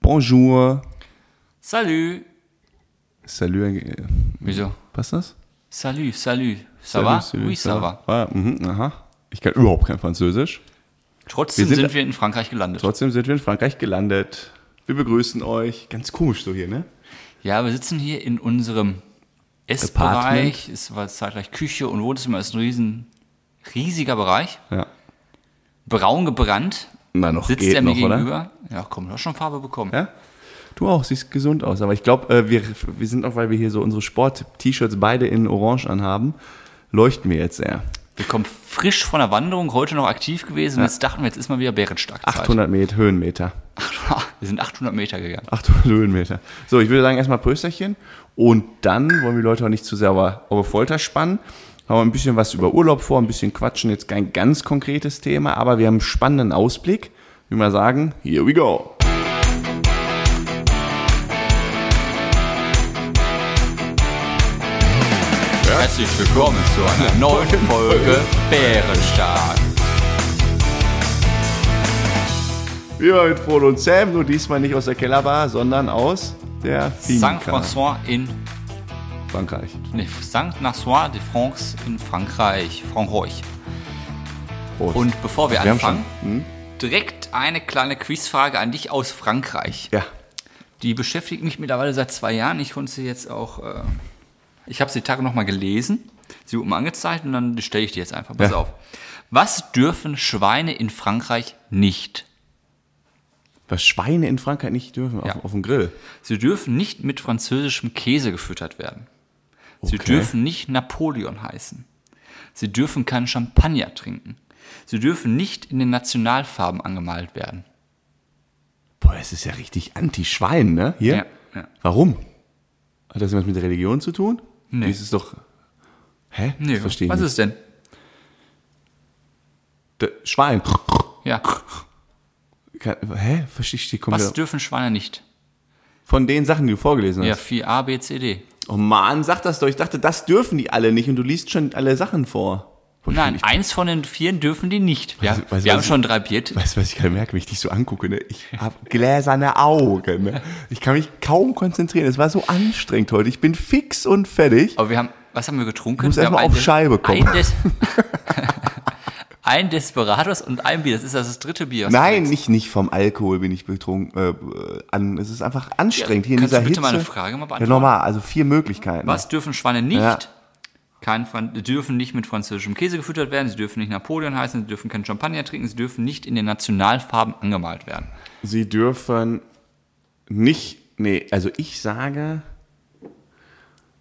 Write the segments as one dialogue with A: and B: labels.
A: Bonjour.
B: Salut.
A: Salut. äh,
B: Wieso?
A: Passt das?
B: Salut, salut. Ça
A: Salut,
B: va?
A: salut,
B: oui, ça va.
A: Ah, mhm, aha. Ich kann überhaupt kein Französisch.
B: Trotzdem
A: Wir
B: sind,
A: sind-
B: wir in Frankreich gelandet.
A: Trotzdem sind wir in Frankreich gelandet. Wir begrüßen euch. Ganz komisch so hier, ne?
B: Ja, wir sitzen hier in unserem Essbereich. Es war zeitgleich Küche und Wohnzimmer. ist ein riesen, riesiger Bereich.
A: Ja.
B: Braun gebrannt.
A: Na, noch
B: Sitzt
A: geht
B: er mir
A: noch, oder?
B: gegenüber. Ja, komm, du hast schon Farbe bekommen.
A: Ja? Du auch, siehst gesund aus. Aber ich glaube, äh, wir, wir sind auch, weil wir hier so unsere Sport-T-Shirts beide in Orange anhaben, leuchten wir jetzt eher.
B: Wir kommen frisch von der Wanderung, heute noch aktiv gewesen. Und jetzt dachten wir, jetzt ist mal wieder bärenstark.
A: 800 Meter, Höhenmeter.
B: Wir sind 800 Meter gegangen.
A: 800 Höhenmeter. So, ich würde sagen, erstmal Prösterchen. Und dann wollen wir die Leute auch nicht zu sehr auf auf die Folter spannen. Haben wir ein bisschen was über Urlaub vor, ein bisschen quatschen. Jetzt kein ganz konkretes Thema, aber wir haben einen spannenden Ausblick. Wie mal sagen, here we go.
B: Herzlich willkommen zu einer neuen Folge Bärenstark.
A: Wie immer mit Frodo und Sam, nur diesmal nicht aus der Kellerbar, sondern aus der Finca.
B: St. François in
A: Frankreich.
B: nee, St. Nassau de France in Frankreich, Frankreich.
A: Prost.
B: Und bevor wir,
A: wir haben
B: anfangen,
A: schon. Hm?
B: direkt eine kleine Quizfrage an dich aus Frankreich.
A: Ja,
B: Die beschäftigt mich mittlerweile seit zwei Jahren. Ich konnte sie jetzt auch. Äh, ich habe sie die Tage nochmal gelesen. Sie wurde mir angezeigt und dann stelle ich die jetzt einfach. Pass
A: Ja.
B: auf. Was dürfen Schweine in Frankreich nicht?
A: was Schweine in Frankreich nicht dürfen, auf,
B: Ja.
A: auf dem Grill.
B: Sie dürfen nicht mit französischem Käse gefüttert werden. Sie
A: Okay.
B: dürfen nicht Napoleon heißen. Sie dürfen keinen Champagner trinken. Sie dürfen nicht in den Nationalfarben angemalt werden.
A: Boah, es ist ja richtig anti-Schwein, ne? Hier?
B: Ja, ja.
A: Warum? Hat das irgendwas mit der Religion zu tun?
B: Nee.
A: Das ist doch. Hä? Nee, das verstehe ich
B: was
A: nicht.
B: ist denn?
A: D- Schwein.
B: Ja.
A: Kein- Hä? Verstehe ich die
B: Was
A: komplett.
B: dürfen Schweine nicht?
A: Von den Sachen, die du vorgelesen
B: Ja,
A: hast.
B: 4a, b, c, d.
A: Oh Mann, sag das doch. Ich dachte, das dürfen die alle nicht und du liest schon alle Sachen vor. Boah, ich
B: Nein,
A: bin-
B: eins von den vier dürfen die nicht. Ja,
A: Weiß- weiß-
B: wir haben
A: weiß-
B: schon drei Bier.
A: Ich weiß, was ich gerade merke, wenn ich dich so angucke, ne? Ich habe gläserne Augen. Ne? Ich kann mich kaum konzentrieren. Es war so anstrengend heute. Ich bin fix und fertig.
B: Aber wir haben, was haben wir getrunken?
A: musst
B: wir
A: erst
B: haben
A: mal
B: ein
A: auf
B: Des-
A: Scheibe kommen.
B: Ein, Des ein Desperados und ein Bier. Das ist also das dritte Bier. was du
A: Nein,
B: trinkst.
A: nicht, nicht vom Alkohol bin ich betrunken. Äh, äh, an, es ist einfach anstrengend hier in
B: kannst
A: dieser
B: du bitte
A: Hitze.
B: meine Frage mal
A: ja,
B: beantworten?
A: normal, also vier Möglichkeiten.
B: Was dürfen Schweine nicht?
A: Ja.
B: Kein Fran sie dürfen nicht mit französischem Käse gefüttert werden, sie dürfen nicht Napoleon heißen, sie dürfen keinen Champagner trinken, sie dürfen nicht in den Nationalfarben angemalt werden.
A: Sie dürfen nicht, nee, also ich sage,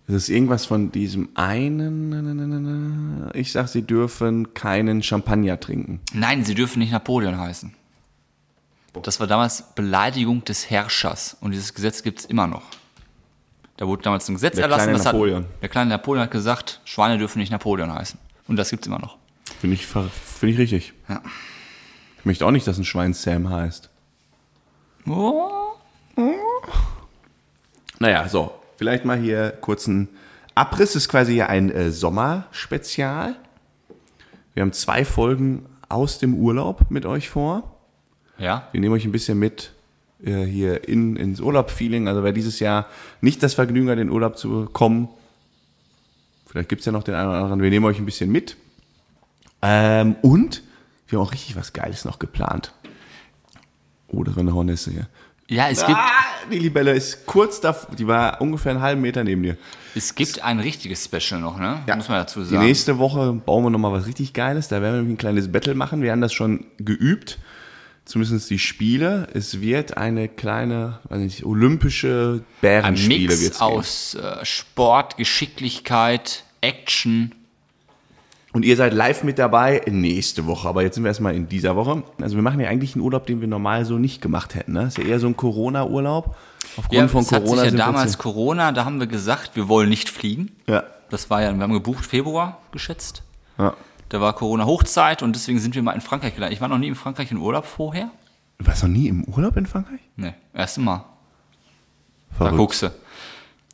A: es ist irgendwas von diesem einen, na, na, na, na, na. ich sage, sie dürfen keinen Champagner trinken.
B: Nein, sie dürfen nicht Napoleon heißen. Das war damals Beleidigung des Herrschers und dieses Gesetz gibt es immer noch. Da wurde damals ein Gesetz
A: Der
B: erlassen.
A: kleine
B: das hat,
A: Napoleon.
B: Der kleine Napoleon hat gesagt, Schweine dürfen nicht Napoleon heißen. Und das gibt es immer noch.
A: Finde ich, ver- find ich richtig.
B: Ja.
A: Ich möchte auch nicht, dass ein Schwein Sam heißt.
B: Oh.
A: Naja, so, vielleicht mal hier kurz ein Abriss. Das ist quasi hier ein äh, Sommerspezial. Wir haben zwei Folgen aus dem Urlaub mit euch vor.
B: Ja,
A: Wir nehmen euch ein bisschen mit äh, hier in, ins Urlaub-Feeling. Also wer dieses Jahr nicht das Vergnügen hat, in den Urlaub zu kommen, vielleicht gibt es ja noch den einen oder anderen, wir nehmen euch ein bisschen mit. Ähm, und wir haben auch richtig was Geiles noch geplant. Oh, das war eine Hornisse hier.
B: ja es, gibt,
A: Ah, die Libelle ist kurz da, die war ungefähr einen halben Meter neben dir.
B: es gibt ein richtiges Special noch, ne? Muss man dazu
A: Die
B: sagen.
A: nächste Woche bauen wir nochmal was richtig Geiles. Da werden wir nämlich ein kleines Battle machen. Wir haben das schon geübt. Zumindest die Spiele. Es wird eine kleine, weiß nicht, olympische
B: Ein
A: Bärenspiele
B: Mix
A: wird's geben.
B: aus äh, Sport, Geschicklichkeit, Action.
A: Und ihr seid live mit dabei nächste Woche. Aber jetzt sind wir erstmal in dieser Woche. Also wir machen ja eigentlich einen Urlaub, den wir normal so nicht gemacht hätten. Ne? Ist ja eher so ein Corona-Urlaub. Aufgrund
B: Ja,
A: von
B: es hat sich
A: Corona
B: ja
A: sind wir
B: damals
A: zu-
B: Corona, da haben wir gesagt, wir wollen nicht fliegen.
A: Ja.
B: Das war ja, wir haben gebucht Februar geschätzt.
A: ja.
B: Da war Corona Hochzeit und deswegen sind wir mal in Frankreich gelandet. Ich war noch nie in Frankreich in Urlaub vorher.
A: Du warst noch nie im Urlaub in Frankreich?
B: Nee, erst mal. Da
A: Verrückt.
B: guckst du.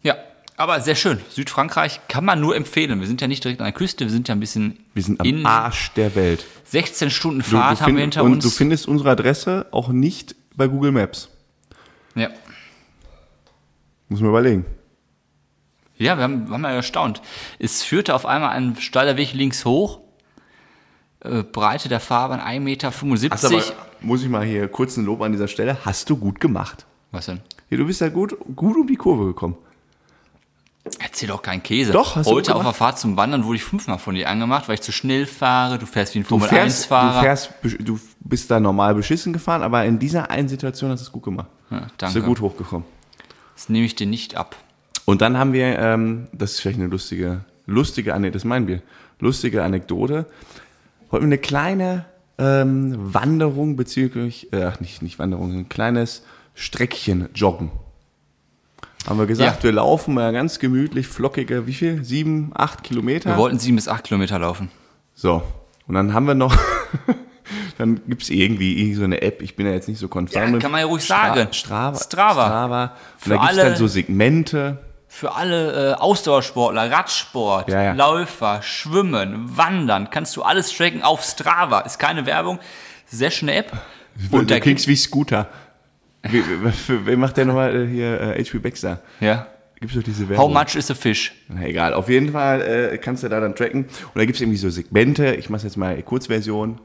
B: Ja, aber sehr schön. Südfrankreich kann man nur empfehlen. Wir sind ja nicht direkt an der Küste, wir sind ja ein bisschen
A: Wir sind am
B: in
A: Arsch der Welt.
B: 16 Stunden
A: Du, du
B: Fahrt haben wir
A: find-
B: hinter
A: und
B: uns.
A: du findest unsere Adresse auch nicht bei Google Maps.
B: Ja.
A: Muss man überlegen.
B: Ja, wir haben, waren mal erstaunt. Es führte auf einmal ein steiler Weg links hoch. Äh, Breite der Fahrbahn 1,75
A: Hast aber,
B: Meter.
A: muss ich mal hier kurz ein Lob an dieser Stelle. Hast du gut gemacht.
B: Was denn?
A: Ja, du bist ja gut, gut um die Kurve gekommen.
B: Erzähl doch keinen Käse.
A: Doch, hast du
B: Heute auf
A: gemacht.
B: der Fahrt zum Wandern wurde ich fünfmal von dir angemacht, weil ich zu schnell fahre, du fährst wie ein
A: Du fährst, du,
B: Formel-1-Fahrer.
A: fährst, besch- du bist da normal beschissen gefahren, aber in dieser einen Situation hast du es gut gemacht.
B: Ja,
A: Bist du
B: danke.
A: gut hochgekommen.
B: Das nehme ich dir nicht ab.
A: Und dann haben wir, ähm, das ist vielleicht eine lustige, lustige Anekdote, das meinen wir, lustige Anekdote. Wollten wir eine kleine ähm, Wanderung bezüglich, äh, ach, nicht, nicht Wanderung, ein kleines Streckchen joggen. Haben wir gesagt,
B: Ja.
A: wir laufen mal ganz gemütlich, flockige, wie viel? Sieben, acht Kilometer?
B: Wir wollten sieben bis acht Kilometer laufen.
A: So, und dann haben wir noch, dann gibt es irgendwie irgend so eine App, ich bin ja jetzt nicht so konform.
B: Ja,
A: mit-
B: kann man ja ruhig
A: Stra-
B: sagen.
A: Strava.
B: Strava.
A: Strava. Und
B: Für
A: da gibt es
B: alle-
A: dann so Segmente.
B: Für alle äh, Ausdauersportler, Radsport,
A: Ja, ja.
B: Läufer, Schwimmen, Wandern, kannst du alles tracken auf Strava. Ist keine Werbung, sehr schöne App. Und da
A: du
B: kriegst
A: kriegst wie Scooter. Wie- wie- für- Wer macht der nochmal äh, hier äh, HP Baxter?
B: ja.
A: Gibt es doch diese
B: How
A: Werbung.
B: much is a fish?
A: Na, egal, auf jeden Fall äh, kannst du da dann tracken. Und da gibt es irgendwie so Segmente. Ich mache jetzt mal eine Kurzversion.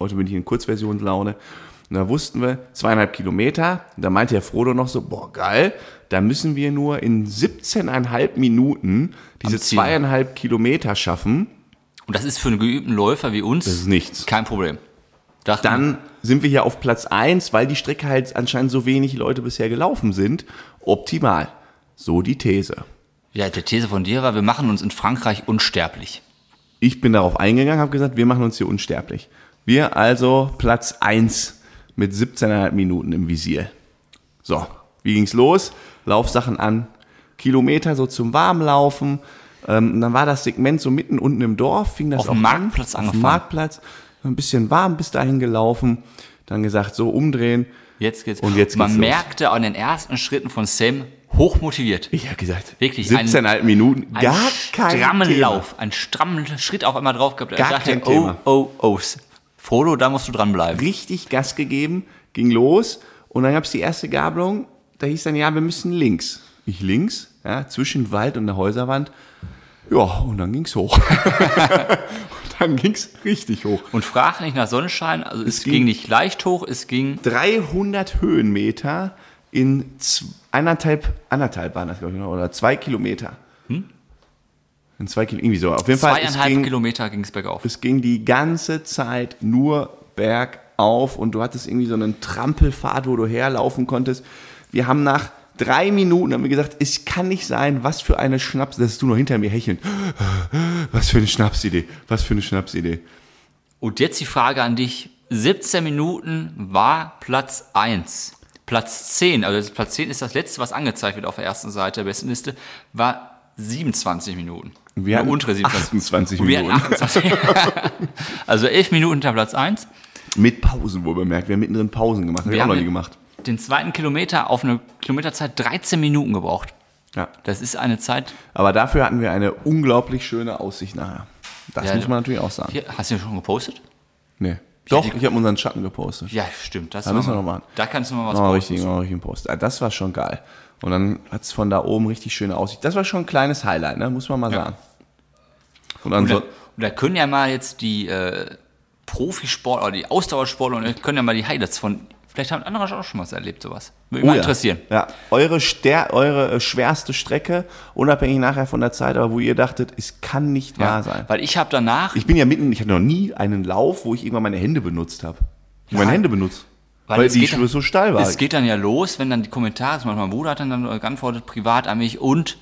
A: Heute bin ich in Kurzversionslaune. Und da wussten wir, zweieinhalb Kilometer. Und da meinte der Frodo noch so, boah, geil, da müssen wir nur in 17,5 Minuten diese
B: Am Ziel.
A: zweieinhalb Kilometer schaffen.
B: Und das ist für einen geübten Läufer wie uns
A: Das ist nichts.
B: kein Problem. Dachten,
A: Dann sind wir hier auf Platz 1, weil die Strecke halt anscheinend so wenig Leute bisher gelaufen sind. Optimal. So die These.
B: ja, die These von dir war, wir machen uns in Frankreich unsterblich.
A: Ich bin darauf eingegangen, habe gesagt, wir machen uns hier unsterblich. Wir also Platz 1 mit 17,5 Minuten im Visier. So, wie ging's los? Laufsachen an, Kilometer so zum Warmlaufen. Ähm, und dann war das Segment so mitten unten im Dorf, fing das
B: Auf dem
A: auch an,
B: Marktplatz
A: auf dem
B: angefangen.
A: Marktplatz, ein bisschen warm bis dahin gelaufen, dann gesagt, so umdrehen.
B: Jetzt geht's.
A: Und jetzt
B: Man
A: geht's los.
B: merkte an den ersten Schritten von Sam hochmotiviert.
A: Ich habe gesagt,
B: Wirklich,
A: 17,5 Minuten,
B: Ein
A: gar kein
B: strammen
A: Thema.
B: Lauf, einen strammen Schritt auf einmal drauf gehabt.
A: Gar
B: ich dachte,
A: kein Thema.
B: oh, oh, oh. Frodo, da musst du dranbleiben.
A: richtig Gas gegeben, ging los und dann gab es die erste Gabelung. Da hieß dann, ja, wir müssen links. Ich links, ja, zwischen Wald und der Häuserwand. Ja, und dann ging's hoch. und dann ging's richtig hoch.
B: Und frag nicht nach Sonnenschein, also es, ging,
A: ging-
B: nicht leicht hoch, es ging
A: 300 Höhenmeter in z- eineinhalb, anderthalb waren das, glaube ich, noch, oder zwei Kilometer. In zwei Kilometer, irgendwie so. Auf jeden Fall, es
B: Hm? zweieinhalb
A: ging,
B: Kilometer ging es bergauf.
A: es ging die ganze Zeit nur bergauf und du hattest irgendwie so einen Trampelfahrt, wo du herlaufen konntest. Wir haben nach drei Minuten haben wir gesagt, es kann nicht sein, was für eine Schnaps, das ist du noch hinter mir hechelnd. Was für eine Schnapsidee, was für eine Schnapsidee.
B: Und jetzt die Frage an dich. 17 Minuten war Platz 1. Platz 10, also das Platz 10 ist das letzte, was angezeigt wird auf der ersten Seite der besten Liste, war 27 Minuten.
A: Wir
B: Nur
A: hatten 28
B: Und wir hatten
A: Minuten.
B: 28. also 11 Minuten unter Platz 1.
A: Mit Pausen, wohl bemerkt. Wir haben mittendrin Pausen gemacht, haben wir auch noch nie gemacht.
B: den zweiten Kilometer auf eine Kilometerzeit 13 Minuten gebraucht.
A: Ja.
B: Das ist eine Zeit,
A: Aber dafür hatten wir eine unglaublich schöne Aussicht nachher. Das
B: Ja,
A: muss man natürlich auch sagen.
B: hier, hast du schon gepostet?
A: Nee. Doch, ich habe unseren Schatten gepostet.
B: Ja, stimmt. Das
A: Da müssen wir noch machen.
B: Da kannst du noch mal was
A: Nochmal
B: posten.
A: richtig, nochmal richtig im Post. Ah, Das war schon geil. Und dann hat es von da oben richtig schöne Aussicht. Das war schon ein kleines Highlight, ne? muss man mal sagen. Und
B: Und da,
A: ansonsten,
B: und da können ja mal jetzt die äh, Profisportler, oder die Ausdauersportler, und können ja mal die Highlights von, vielleicht haben andere auch schon mal was erlebt, sowas. Würde mich mal interessieren.
A: Oh Ja, eure, Ster eure äh, schwerste Strecke, unabhängig nachher von der Zeit, aber wo ihr dachtet, es kann nicht wahr sein.
B: Weil ich habe danach,
A: Ich bin ja mitten, ich hatte noch nie einen Lauf, wo ich irgendwann meine Hände benutzt habe. Ich meine Hände benutzt. Weil,
B: es
A: die
B: geht
A: Schuhe
B: dann-
A: so steil waren.
B: es geht dann ja los, wenn dann die Kommentare, zum Beispiel mein Bruder hat dann, dann geantwortet, privat an mich und,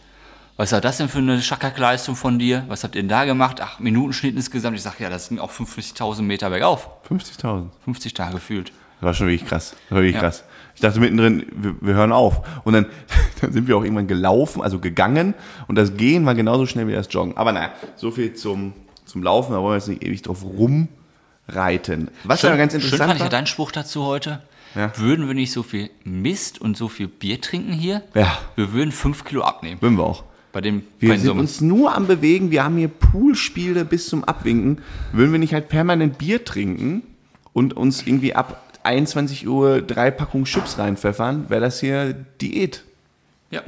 B: was war das denn für eine Schackerleistung von dir? Was habt ihr denn da gemacht? Acht Minuten Schnitt insgesamt. Ich sage, ja, das sind auch 50.000 Meter bergauf.
A: 50.000.
B: 50 Tage gefühlt.
A: Das war schon wirklich krass. Das war wirklich
B: Ja.
A: krass. Ich dachte mittendrin, wir, wir hören auf. Und dann, dann sind wir auch irgendwann gelaufen, also gegangen. Und das Gehen war genauso schnell wie das Joggen. Aber naja, so viel zum, zum Laufen. Da wollen wir jetzt nicht ewig drauf rumreiten. Was dann ganz
B: Schön fand
A: interessant
B: ich ja
A: war.
B: deinen Spruch dazu heute.
A: Ja.
B: Würden wir nicht so viel Mist und so viel Bier trinken hier,
A: Ja.
B: wir würden 5 Kilo abnehmen.
A: Würden wir auch.
B: Bei dem
A: Wir sind
B: Pensum.
A: uns nur am Bewegen. Wir haben hier Poolspiele bis zum Abwinken. Würden wir nicht halt permanent Bier trinken und uns irgendwie ab 21 Uhr drei Packungen Chips reinpfeffern, wäre das hier Diät.
B: Ja.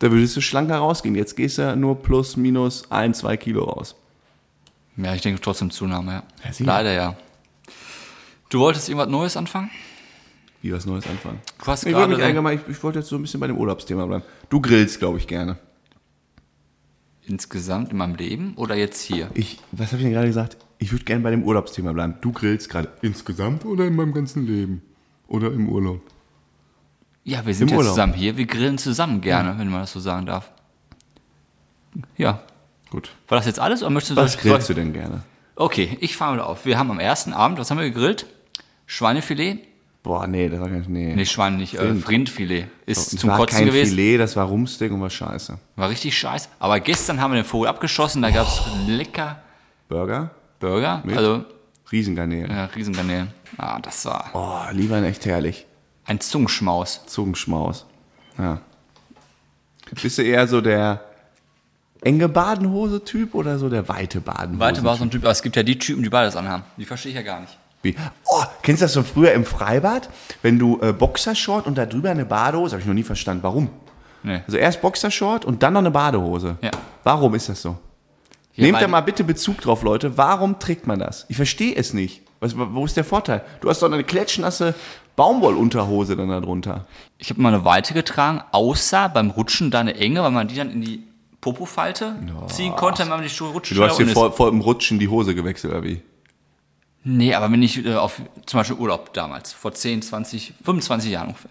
A: Da würdest du schlanker rausgehen. Jetzt gehst du nur plus, minus ein, zwei Kilo raus.
B: Ja, ich denke trotzdem Zunahme, ja.
A: Ja, sicher.
B: Leider ja. Du wolltest irgendwas Neues anfangen?
A: Wie was Neues anfangen.
B: Du hast
A: ich
B: gerade
A: wollte mich
B: so-
A: allgemein, ich, ich wollte jetzt so ein bisschen bei dem Urlaubsthema bleiben. Du grillst, glaube ich, gerne.
B: Insgesamt in meinem Leben oder jetzt hier?
A: Ich, was habe ich denn gerade gesagt? Ich würde gerne bei dem Urlaubsthema bleiben. Du grillst gerade insgesamt oder in meinem ganzen Leben? Oder im Urlaub?
B: Ja, wir
A: Im
B: sind jetzt
A: Urlaub.
B: zusammen hier. Wir grillen zusammen gerne, wenn man das so sagen darf. Ja.
A: Gut.
B: War das jetzt alles oder möchtest du
A: Was
B: soll-
A: grillst du denn gerne?
B: Okay, ich fahre mal auf. Wir haben am ersten Abend, was haben wir gegrillt? Schweinefilet?
A: Boah, nee, das war gar nicht. Nee.
B: Nee, Schwein nicht, äh,
A: Rind.
B: Rindfilet. Ist
A: das
B: zum
A: war
B: Kotzen
A: kein
B: gewesen.
A: Filet, das war Rumsteak und war scheiße.
B: War richtig scheiße. Aber gestern haben wir den Vogel abgeschossen, da gab es lecker
A: Burger,
B: Burger. Also,
A: Riesengarnelen.
B: ja, Riesengarnelen. Ah, das war
A: Oh, lieber in echt herrlich.
B: ein Zungenschmaus.
A: Zungenschmaus. Ja. Bist du eher so der enge Badenhose-Typ oder so der weite Badenhose?
B: Weiter war so ein Typ, aber es gibt ja die Typen, die beides anhaben. Die verstehe ich ja gar nicht.
A: Wie- Oh, kennst du das von früher im Freibad? Wenn du äh, Boxershort und da drüber eine Badehose, habe ich noch nie verstanden, warum?
B: Nee.
A: Also erst Boxershort und dann noch eine Badehose.
B: Ja.
A: Warum ist das so?
B: Hier
A: Nehmt da
B: rein-
A: mal bitte Bezug drauf, Leute. Warum trägt man das? Ich verstehe es nicht. Was, wo ist der Vorteil? Du hast doch eine klatschnasse Baumwollunterhose dann darunter.
B: Ich habe mal eine Weite getragen, außer beim Rutschen da eine Enge, weil man die dann in die Popofalte ziehen konnte, wenn man die Schuhe rutschen
A: Du hast
B: schneller
A: dir
B: unten
A: vor, vor dem Rutschen die Hose gewechselt, oder wie?
B: Nee, aber wenn ich äh, auf zum Beispiel Urlaub damals, vor 10, 20, 25 Jahren ungefähr,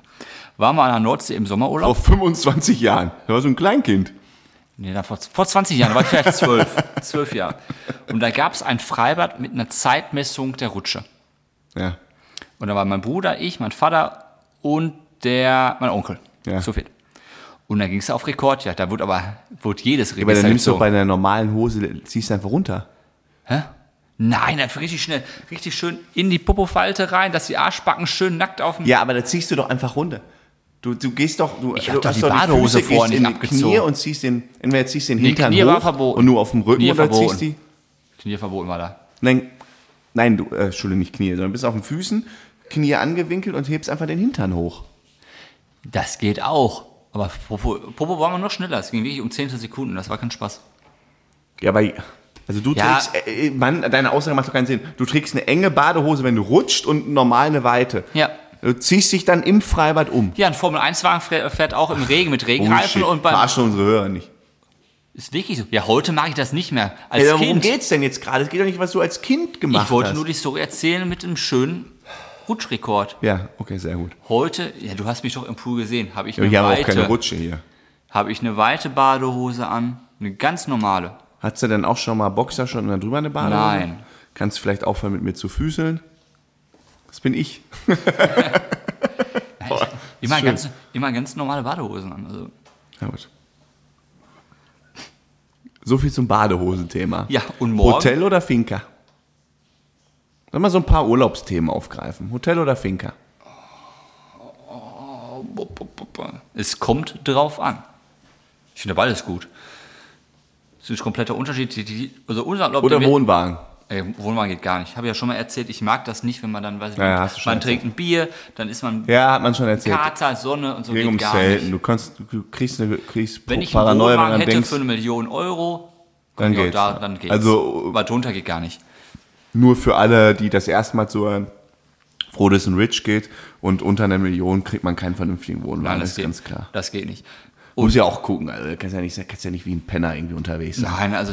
B: war mal an der Nordsee im Sommerurlaub.
A: Vor 25 Jahren. Da war so ein Kleinkind.
B: Nee, da vor, vor 20 Jahren, war ich vielleicht zwölf, zwölf Jahre. Und da gab es ein Freibad mit einer Zeitmessung der Rutsche.
A: Ja.
B: Und da waren mein Bruder, ich, mein Vater und der, mein Onkel.
A: Ja.
B: So viel. Und dann ging es auf Rekordjagd. Da wurde aber wurde jedes
A: Aber
B: Register
A: dann nimmst du doch
B: gezogen.
A: bei einer normalen Hose, ziehst du einfach runter.
B: Hä? Nein, dann richtig schnell, richtig schön in die Popofalte rein, dass die Arschbacken schön nackt auf dem
A: Ja, aber da ziehst du doch einfach runter. Du, du gehst doch, du,
B: hab
A: du
B: doch
A: hast
B: die Badehose
A: Füße, gehst
B: vorher nicht
A: in die
B: abgezogen.
A: Knie und ziehst den, entweder ziehst den Hintern
B: Knie war
A: hoch
B: verboten.
A: und nur auf dem Rücken
B: Knie
A: oder
B: verboten.
A: ziehst die.
B: Turnierverbot war da.
A: Nein, nein, du, äh, Entschuldigung, nicht Knie, sondern bist auf den Füßen, Knie angewinkelt und hebst einfach den Hintern hoch.
B: Das geht auch. Aber Popo, Popo war man noch schneller. Es ging wirklich um 10 Sekunden. Das war kein Spaß.
A: Ja, aber also du
B: Ja.
A: trägst, äh, äh, Mann, deine Aussage macht doch keinen Sinn. Du trägst eine enge Badehose, wenn du rutscht und normal eine weite.
B: Ja.
A: Du ziehst dich dann im Freibad um.
B: Ja, ein Formel-1-Wagen fährt, fährt auch im Regen mit Regenreifen und beim.
A: Verarschen unsere Hörer nicht.
B: Ist wirklich so. Ja, heute mache ich das nicht mehr. Als
A: Ey, aber worum
B: Kind.
A: geht's denn jetzt gerade? Es geht doch nicht, was du als Kind gemacht
B: Ich wollte
A: hast.
B: nur die Story erzählen mit einem schönen Rutschrekord.
A: ja, okay, sehr gut.
B: Heute, ja, du hast mich doch im Pool gesehen. Habe ich
A: Ja,
B: eine
A: wir haben auch keine
B: weite,
A: Rutsche hier.
B: habe ich eine weite Badehose an, eine ganz normale.
A: Hattest du denn auch schon mal Boxer schon und dann drüber eine Badehose?
B: Nein.
A: Kannst du vielleicht aufhören, mit mir zu füßeln? Das bin ich.
B: Immer
A: schön.
B: ganz, immer ganz normale Badehosen an. Also,
A: Ja, gut. So viel zum Badehosenthema.
B: Ja, und morgen?
A: Hotel oder Finca? Sollen wir so ein paar Urlaubsthemen aufgreifen? Hotel oder Finca?
B: Es kommt drauf an. Ich finde beides gut. Es ist ein kompletter Unterschied. Die- die- Also unser Urlaub,
A: Oder
B: der wird-
A: Wohnwagen?
B: Ey, Wohnwagen geht gar nicht. Habe ja schon mal erzählt, ich mag das nicht, wenn man dann, weiß ich
A: Ja,
B: nicht,
A: hast du schon
B: man trinkt ein Bier, dann ist man
A: Ja, hat man schon erzählt.
B: Kater, Sonne und so
A: Ging
B: geht
A: ums
B: gar
A: um Zelten.
B: nicht.
A: Du, kannst, du kriegst, eine, kriegst
B: Wenn ich einen
A: Paranoia,
B: Wohnwagen
A: wenn du dann
B: hätte
A: denkst,
B: für eine Million Euro,
A: Dann
B: ja,
A: geht's,
B: da,
A: ja.
B: dann geht's.
A: Also-
B: Aber drunter geht gar nicht.
A: nur für alle, die das erste Mal zuhören, froh, dass ein Rich geht und unter einer Million kriegt man keinen vernünftigen Wohnwagen,
B: Nein,
A: das, ist
B: geht,
A: ganz klar.
B: Das geht nicht.
A: Muss ja auch gucken, also kannst ja nicht, kannst ja nicht wie ein Penner irgendwie unterwegs sein.
B: Nein, also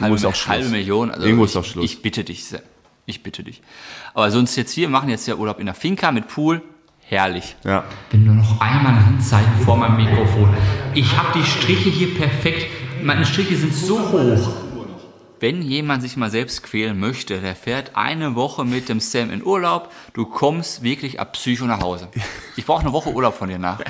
B: halbe,
A: ist auch Schluss.
B: halbe Million. Also
A: Irgendwo ist
B: ich,
A: auch Schluss.
B: Ich bitte dich, Sepp. Ich bitte dich. Aber sonst jetzt hier, wir machen jetzt ja Urlaub in der Finca mit Pool. Herrlich.
A: Ja.
B: Wenn du noch einmal ein Handzeichen vor meinem Mikrofon. Ich habe die Striche hier perfekt. Meine Striche sind so hoch. Wenn jemand sich mal selbst quälen möchte, der fährt eine Woche mit dem Sam in Urlaub. Du kommst wirklich ab Psycho nach Hause. Ich brauche eine Woche Urlaub von dir nach.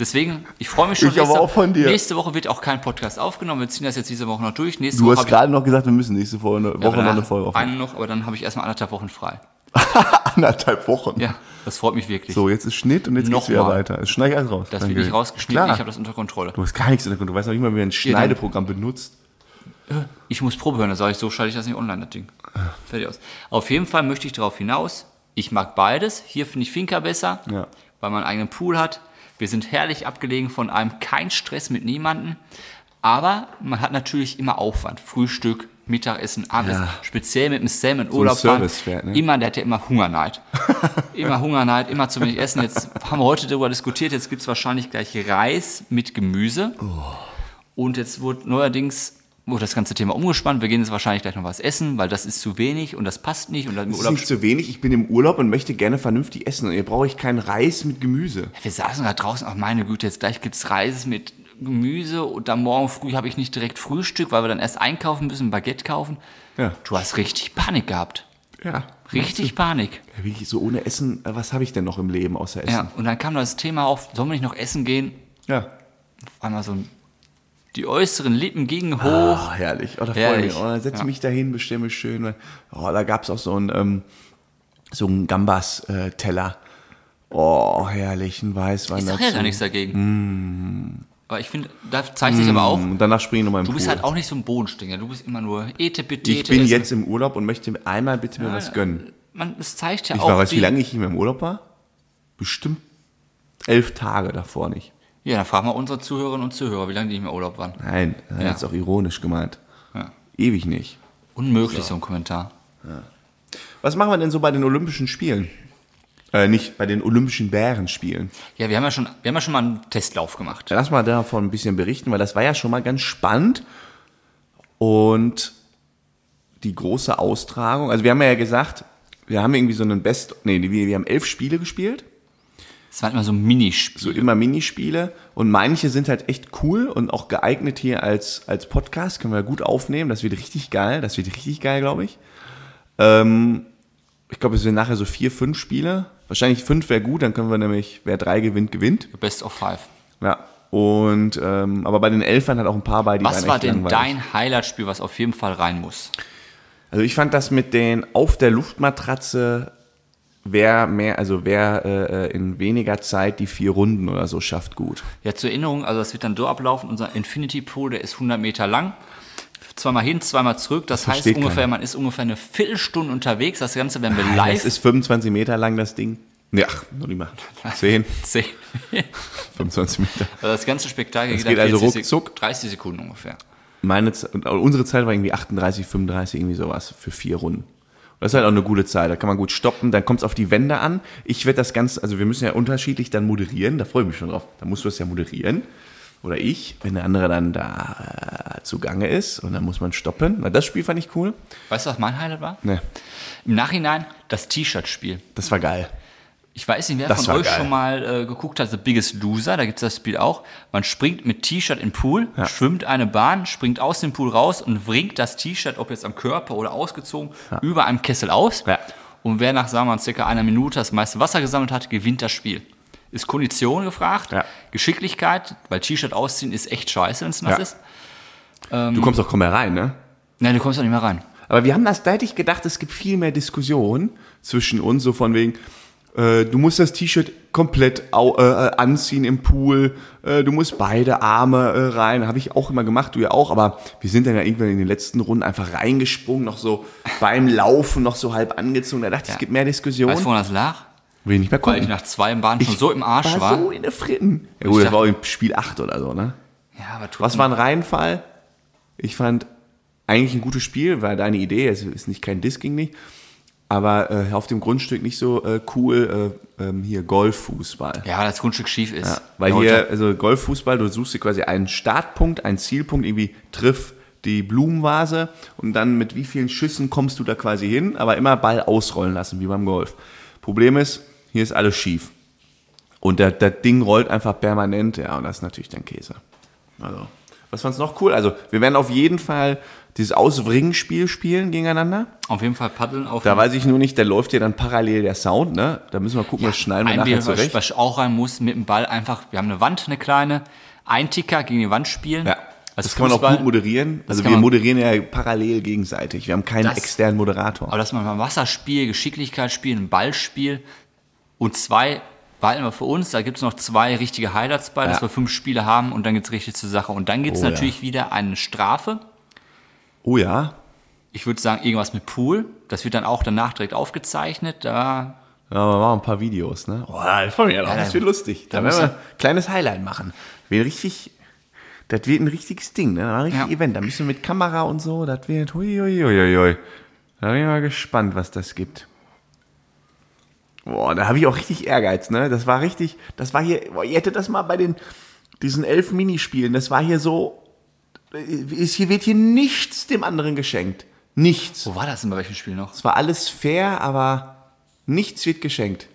B: Deswegen, ich freue mich schon.
A: Ich aber auch von dir.
B: Nächste Woche wird auch kein Podcast aufgenommen. Wir ziehen das jetzt diese Woche noch durch. Nächste
A: Du
B: Woche
A: hast
B: hab ich-
A: gerade noch gesagt, wir müssen nächste Woche, eine- Woche noch
B: danach
A: eine Folge aufnehmen.
B: Eine noch, aber dann habe ich erstmal anderthalb Wochen frei.
A: Anderthalb Wochen.
B: Ja, das freut mich wirklich.
A: So, jetzt ist Schnitt und jetzt geht's
B: Nochmal.
A: wieder weiter. Es schneide ich alles raus.
B: das
A: Danke.
B: wird nicht rausgeschnitten.
A: Klar.
B: Ich habe das unter Kontrolle.
A: du hast gar nichts in der Kontrolle. Du weißt noch nicht mal, wie man ein Schneideprogramm benutzt.
B: Ich muss Probe hören, da sage ich, so schalte ich das nicht online, das Ding. Fertig aus. Auf jeden Fall möchte ich darauf hinaus, Ich mag beides. Hier finde ich Finca besser,
A: Ja.
B: weil man einen eigenen Pool hat. Wir sind herrlich abgelegen von einem, kein Stress mit niemandem. Aber man hat natürlich immer Aufwand. Frühstück, Mittagessen, Abendessen.
A: Ja.
B: Speziell mit dem Sam in Urlaub fahren.
A: Servicepferd, ne?
B: Immer, der hat ja immer Hungerneid. immer Hungerneid, immer zu wenig Essen. Jetzt haben wir heute darüber diskutiert. Jetzt gibt es wahrscheinlich gleich Reis mit Gemüse. Und jetzt wurde neuerdings wurde das ganze Thema umgespannt. Wir gehen jetzt wahrscheinlich gleich noch was essen, weil das ist zu wenig und das passt nicht. Und dann im
A: Das ist
B: Urlaub
A: nicht zu wenig. Ich bin im Urlaub und möchte gerne vernünftig essen. Und hier brauche ich keinen Reis mit Gemüse.
B: Wir saßen gerade draußen, ach meine Güte, jetzt gleich gibt's Reis mit Gemüse und dann morgen früh habe ich nicht direkt Frühstück, weil wir dann erst einkaufen müssen, Baguette kaufen.
A: Ja.
B: Du hast richtig Panik gehabt.
A: Ja.
B: Richtig Panik.
A: Wirklich so ohne Essen, äh, was habe ich denn noch im Leben außer Essen?
B: Ja. Und dann kam das Thema auf, sollen wir nicht noch essen gehen?
A: Ja.
B: Auf einmal so ein, die äußeren Lippen gingen hoch.
A: Oh, herrlich. Oh, da freue ich
B: Herrlich.
A: mich. Oh, dann setze ich
B: Ja.
A: mich dahin, bestimme schön. weil- Oh, da gab es auch so einen, ähm, so einen Gambas-Teller. oh, herrlich. Ein Weißwein.
B: Ich sag ja
A: dazu.
B: gar nichts dagegen. Aber ich finde, da zeigt sich aber auch,
A: Und danach springen wir mal im
B: du
A: Pool.
B: bist halt auch ne? nicht so ein Bodenstinger. Du bist immer nur Etepetete.
A: ich bin
B: essen.
A: jetzt im Urlaub und möchte mir einmal bitte mir was gönnen.
B: Man, es zeigt ja
A: Ich
B: auch.
A: war, weißt du, wie
B: die-
A: lange ich nicht mehr im Urlaub war? Bestimmt elf Tage davor nicht.
B: Ja, dann fragen wir unsere Zuhörerinnen und Zuhörer, wie lange die nicht mehr Urlaub waren.
A: Nein, das
B: Ja.
A: ist auch ironisch gemeint.
B: Ja.
A: Ewig nicht.
B: Unmöglich, so ein Kommentar.
A: Was machen wir denn so bei den Olympischen Spielen? Äh, nicht bei den Olympischen Bärenspielen.
B: Ja, wir haben ja schon, wir haben ja schon mal einen Testlauf gemacht.
A: Lass mal davon ein bisschen berichten, weil das war ja schon mal ganz spannend. Und die große Austragung, also wir haben ja gesagt, wir haben irgendwie so einen Best, nee, wir, wir haben elf Spiele gespielt,
B: Es waren immer so Minispiele.
A: so immer Minispiele und manche sind halt echt cool und auch geeignet hier als, als Podcast, können wir gut aufnehmen, das wird richtig geil, das wird richtig geil, glaube ich. Ähm, ich glaube, es sind nachher so vier, fünf Spiele, wahrscheinlich fünf wäre gut, dann können wir nämlich, wer drei gewinnt, gewinnt.
B: Best of Five.
A: Ja. Und ähm, aber bei den Elfern hat auch ein paar bei die
B: Was
A: waren
B: war
A: echt
B: denn
A: langweilig.
B: dein Highlight-Spiel, was auf jeden Fall rein muss?
A: Also ich fand das mit den auf der Luftmatratze wer mehr also wer äh, äh, in weniger Zeit die vier Runden oder so schafft gut.
B: Ja, zur Erinnerung, also das wird dann so ablaufen, unser Infinity Pool, der ist 100 Meter lang. Zweimal hin, zweimal zurück. Das, heißt
A: versteht
B: ungefähr,
A: keiner.
B: man ist ungefähr eine Viertelstunde unterwegs. Das Ganze werden wir
A: Das
B: live
A: ist 25 Meter lang das Ding. Ja, ach, noch nicht mal. 10,
B: sehen.
A: 25 Meter.
B: Also das ganze Spektakel
A: Das geht
B: dann
A: also
B: 40
A: ruckzuck.
B: 30 Sekunden ungefähr.
A: Meine Ze- und unsere Zeit war irgendwie 38, 35 irgendwie sowas für vier Runden. Und Das ist halt auch eine gute Zeit, da kann man gut stoppen, dann kommt es auf die Wände an. Ich werde das Ganze, also wir müssen ja unterschiedlich dann moderieren, da freue ich mich schon drauf. Da musst du es ja moderieren. Oder ich, wenn der andere dann da äh, zugange ist und dann muss man stoppen. Na, das Spiel fand ich cool.
B: Weißt du, was mein Highlight war?
A: Ne,
B: Im Nachhinein das T-Shirt-Spiel.
A: das war geil.
B: Ich weiß nicht, wer
A: Das
B: von
A: war
B: euch
A: geil.
B: schon mal äh, geguckt hat, The Biggest Loser, da gibt's das Spiel auch. Man springt mit T-Shirt in den Pool,
A: Ja.
B: schwimmt eine Bahn, springt aus dem Pool raus und wringt das T-Shirt, ob jetzt am Körper oder ausgezogen, über einem Kessel aus.
A: Ja.
B: Und wer nach, sagen wir mal, circa einer Minute das meiste Wasser gesammelt hat, gewinnt das Spiel. Ist Kondition gefragt,
A: Ja.
B: Geschicklichkeit, weil T-Shirt ausziehen ist echt scheiße, wenn's nass
A: Ja.
B: ist.
A: Du kommst auch kaum mehr rein, ne?
B: Nein, du kommst doch nicht mehr rein.
A: Aber wir haben das, da hätte ich gedacht, es gibt viel mehr Diskussion zwischen uns, so von wegen, äh, du musst das T-Shirt komplett au, äh, äh, anziehen im Pool, äh, du musst beide Arme äh, rein, habe ich auch immer gemacht, du ja auch, aber wir sind dann ja irgendwann in den letzten Runden einfach reingesprungen, noch so beim Laufen noch so halb angezogen, da dachte ich, es
B: Ja.
A: gibt mehr Diskussion.
B: Weißt du, woran das lag?
A: Will ich nicht mehr
B: Weil ich nach zwei Bahnen schon so im Arsch war.
A: war so in der Fritten. Ja gut, das
B: Ich dachte-
A: war auch im Spiel 8 oder so, ne?
B: Ja, aber tut
A: Was war ein Reihenfall? Ich fand eigentlich ein gutes Spiel, war deine Idee, es ist nicht kein Disc, ging nicht. Aber äh, auf dem Grundstück nicht so äh, cool äh, ähm, hier Golffußball.
B: Ja, weil das Grundstück schief ist.
A: Weil
B: Leute,
A: hier, also Golffußball, du suchst dir quasi einen Startpunkt, einen Zielpunkt, irgendwie triff die Blumenvase und dann mit wie vielen Schüssen kommst du da quasi hin, aber immer Ball ausrollen lassen, wie beim Golf. Problem ist, hier ist alles schief. Und da- das Ding rollt einfach permanent, ja, und das ist natürlich dann Käse. Also, was fand's noch cool? Also, wir werden auf jeden Fall dieses Auswringen-Spiel spielen gegeneinander.
B: Auf jeden Fall paddeln auf
A: Da weiß ich nur nicht, da läuft ja dann parallel der Sound, ne? Da müssen wir gucken, das schneiden wir
B: ein
A: nachher
B: Bier, was,
A: zurecht.
B: was auch rein muss, mit dem Ball einfach, wir haben eine Wand, eine kleine, ein Ticker gegen die Wand spielen.
A: Ja.
B: Als
A: das kann man auch
B: Fußball.
A: gut moderieren. Also
B: kann
A: wir
B: man-
A: moderieren ja parallel gegenseitig. Wir haben keinen
B: Das-
A: externen Moderator.
B: Aber dass man mal Wasserspiel, Geschicklichkeitsspiel, ein Ballspiel und zwei behalten wir für uns. Da gibt es noch zwei richtige Highlights bei, dass
A: Ja.
B: wir fünf Spiele haben und dann geht es richtig zur Sache. Und dann gibt es
A: Oh ja.
B: natürlich wieder eine Strafe.
A: Oh ja.
B: Ich würde sagen, irgendwas mit Pool. Das wird dann auch danach direkt aufgezeichnet. Da
A: Ja, wir machen ein paar Videos, ne? Oh, da freue ich mich drauf. Das wird lustig. Da,
B: Da
A: werden
B: muss
A: wir ein kleines Highlight machen. Wird richtig, das wird ein richtiges Ding, ne? Ein richtiges
B: Ja.
A: Event. Da müssen wir mit Kamera und so, das wird hui, hui, hui, hui, hui. Da bin ich mal gespannt, was das gibt. Boah, da habe ich auch richtig Ehrgeiz, ne? Das war richtig, das war hier, boah, ihr hättet das mal bei den, diesen elf Minispielen, das war hier so, ist, hier wird hier nichts dem anderen geschenkt. Nichts.
B: Wo war das denn bei welchem Spiel noch?
A: Es war alles fair, aber nichts wird geschenkt.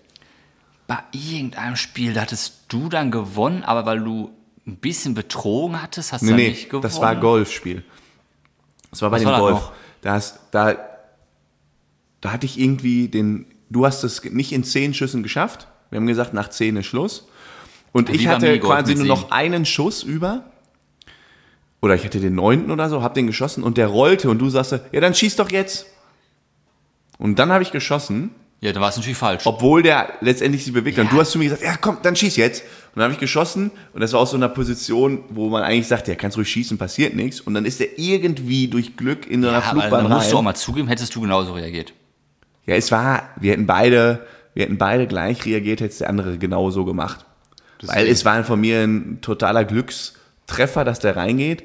B: Bei irgendeinem Spiel, da hattest du dann gewonnen, aber weil du ein bisschen betrogen hattest, hast du
A: Nee,
B: dann
A: nee,
B: nicht gewonnen.
A: das war Golfspiel. Das war bei
B: Was
A: dem
B: war das
A: Golf.
B: noch?
A: Da, hast, da, da hatte ich irgendwie den. Du hast es nicht in zehn Schüssen geschafft. Wir haben gesagt, nach zehn ist Schluss. Und
B: Wie
A: ich
B: beim
A: hatte
B: Minigolf
A: quasi
B: mit
A: nur
B: sieben.
A: noch einen Schuss über. Oder ich hatte den neunten oder so, hab den geschossen und der rollte und du sagst, ja, dann schieß doch jetzt. Und dann habe ich geschossen
B: Ja, dann war es natürlich falsch.
A: obwohl der letztendlich sich bewegt. Und du hast zu mir gesagt, ja komm, dann schieß jetzt. Und dann habe ich geschossen und das war aus so einer Position, wo man eigentlich sagt, ja, kannst ruhig schießen, passiert nichts. Und dann ist der irgendwie durch Glück in so einer
B: ja, aber
A: Flugbahn
B: dann musst du auch
A: rein.
B: mal zugeben, hättest du genauso reagiert.
A: Ja, es war, wir hätten beide, wir hätten beide gleich reagiert, hätte es der andere genauso gemacht. Weil es war von mir ein totaler Glückstreffer, dass der reingeht.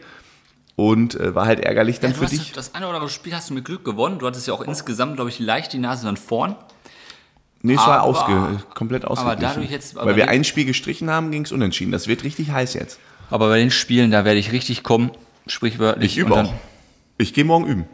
A: Und äh, war halt ärgerlich dann
B: Ja, du
A: für
B: hast
A: dich.
B: Das eine oder andere Spiel hast du mit Glück gewonnen. Du hattest ja auch insgesamt, glaube ich, leicht die Nase dann vorn.
A: Nee, es war
B: aber-
A: ausge, komplett ausgeglichen.
B: dadurch jetzt- aber
A: Weil wir
B: wenn-
A: ein Spiel gestrichen haben, ging es unentschieden. Das wird richtig heiß jetzt.
B: Aber bei den Spielen, da werde ich richtig kommen, sprichwörtlich.
A: Ich übe
B: Und dann-
A: auch. Ich gehe morgen üben.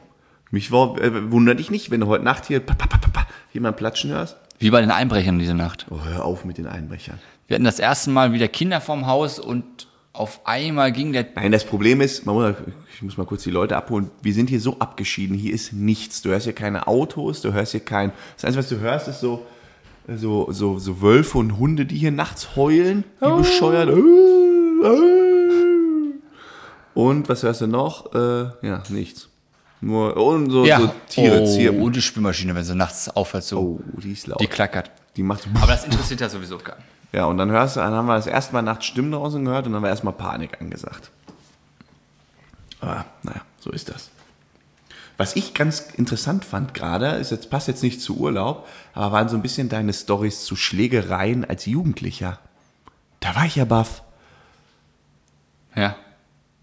A: Mich war, äh, wundert dich nicht, wenn du heute Nacht hier pa, pa, pa, pa, pa, jemand platschen hörst.
B: Wie bei den Einbrechern diese Nacht.
A: Oh, hör auf mit den Einbrechern.
B: Wir hatten das erste Mal wieder Kinder vorm Haus und auf einmal ging der.
A: Nein, das Problem ist, man muss, ich muss mal kurz die Leute abholen. Wir sind hier so abgeschieden. Hier ist nichts. Du hörst hier keine Autos, du hörst hier kein. Das Einzige, was du hörst, ist so, so, so, so Wölfe und Hunde, die hier nachts heulen, wie
B: Oh.
A: bescheuert. Äh, Und was hörst du noch? Äh, ja, nichts. Nur und so, so Tiere,
B: oh,
A: Zirpen.
B: und die Spülmaschine, wenn sie nachts aufhört, so.
A: Oh, die ist laut.
B: Die klackert.
A: Die macht so
B: Aber das interessiert ja sowieso keinen.
A: Ja, und dann hörst du, dann haben wir das erste Mal nachts Stimmen draußen gehört und dann war erstmal Panik angesagt. Aber naja, so ist das. Was ich ganz interessant fand gerade, ist jetzt passt jetzt nicht zu Urlaub, aber waren so ein bisschen deine Stories zu Schlägereien als Jugendlicher. Da war ich ja baff.
B: Ja.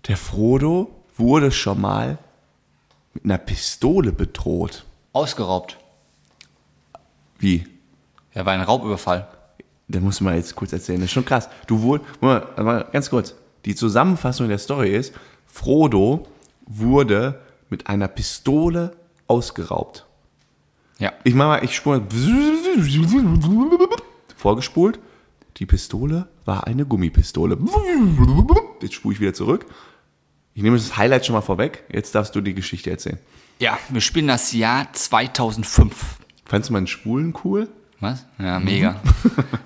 A: Der Frodo wurde schon mal mit einer Pistole bedroht.
B: Ausgeraubt.
A: Wie?
B: Ja, war ein Raubüberfall.
A: Da muss man jetzt kurz erzählen, das ist schon krass. Du wohl, Moment, aber ganz kurz. Die Zusammenfassung der Story ist, Frodo wurde mit einer Pistole ausgeraubt.
B: Ja.
A: Ich mach mal, ich spule vorgespult. Die Pistole war eine Gummipistole. Jetzt spule ich wieder zurück. Ich nehme das Highlight schon mal vorweg. Jetzt darfst du die Geschichte erzählen.
B: Ja, wir spielen das Jahr 2005.
A: Fandst du meinen Spulen cool?
B: Was? Ja, mega.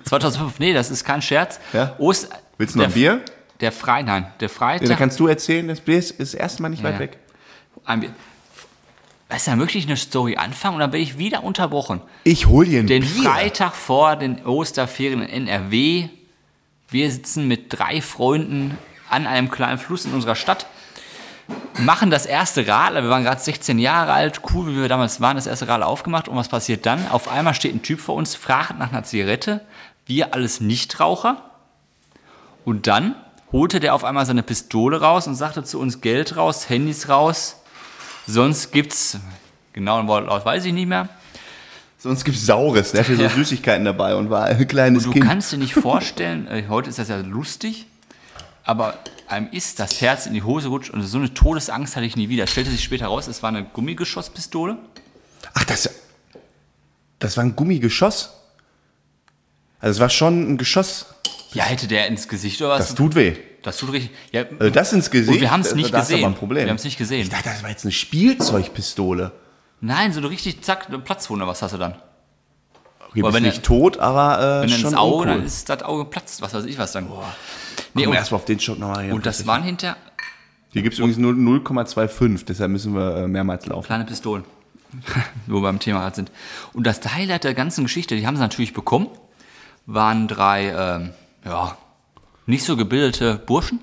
B: 2005, nee, das ist kein Scherz.
A: Mhm. Ja?
B: Ost
A: Willst du noch ein
B: der-
A: Bier?
B: Der Frei, nein,
A: Ja, dann
B: der Freitag.
A: kannst du erzählen. Das Bier ist, ist das erste Mal nicht weit
B: ja.
A: weg.
B: ein Bier. Weißt du, dann möchte ich eine Story anfangen und dann bin ich wieder unterbrochen.
A: Ich hol dir ein
B: Den
A: Bier.
B: Freitag vor den Osterferien in NRW. Wir sitzen mit drei Freunden an einem kleinen Fluss in unserer Stadt, machen das erste Radler. Wir waren gerade 16 Jahre alt, cool, wie wir damals waren, das erste Radler aufgemacht. Und was passiert dann? Auf einmal steht ein Typ vor uns, fragt nach einer Zigarette. Wir alles Nichtraucher. Und dann holte der auf einmal seine Pistole raus und sagte zu uns Geld raus, Handys raus. Sonst gibt's, genauen Wortlaut weiß ich nicht mehr,
A: Sonst gibt's Saures. Der hat hier
B: Ja.
A: so Süßigkeiten dabei und war ein kleines
B: Du
A: Kind.
B: kannst dir nicht vorstellen, äh, heute ist das ja lustig, aber einem ist das Herz in die Hose rutscht und so eine Todesangst hatte ich nie wieder. Stellte sich später raus, es war eine Gummigeschosspistole.
A: Ach, das, das war ein Gummigeschoss. Also es war schon ein Geschoss.
B: Ja, hätte der ins Gesicht oder was?
A: Das tut weh.
B: das tut richtig. Ja,
A: Also das ins Gesicht. also,
B: Und Oh, wir haben es nicht
A: äh, da ist
B: gesehen.
A: aber ein Problem.
B: Wir haben es nicht
A: Ich
B: gesehen.
A: dachte, das war jetzt eine Spielzeugpistole.
B: Nein, so eine richtig zack, eine Platzwunde, was hast du dann?
A: Okay,
B: Aber
A: bist
B: wenn
A: nicht
B: er-
A: tot, aber äh,
B: Wenn dann
A: schon
B: das Auge,
A: uncool.
B: dann ist das Auge geplatzt, was weiß ich was dann. Nee,
A: Komm,
B: und,
A: erstmal auf den Schock nochmal
B: und das waren hinter
A: Hier gibt's übrigens nur 0,25, deshalb müssen wir äh, mehrmals laufen.
B: Kleine Pistolen. Wo wir beim Thema gerade sind. Und das Highlight der ganzen Geschichte, die haben sie natürlich bekommen, waren drei, ähm, ja, nicht so gebildete Burschen.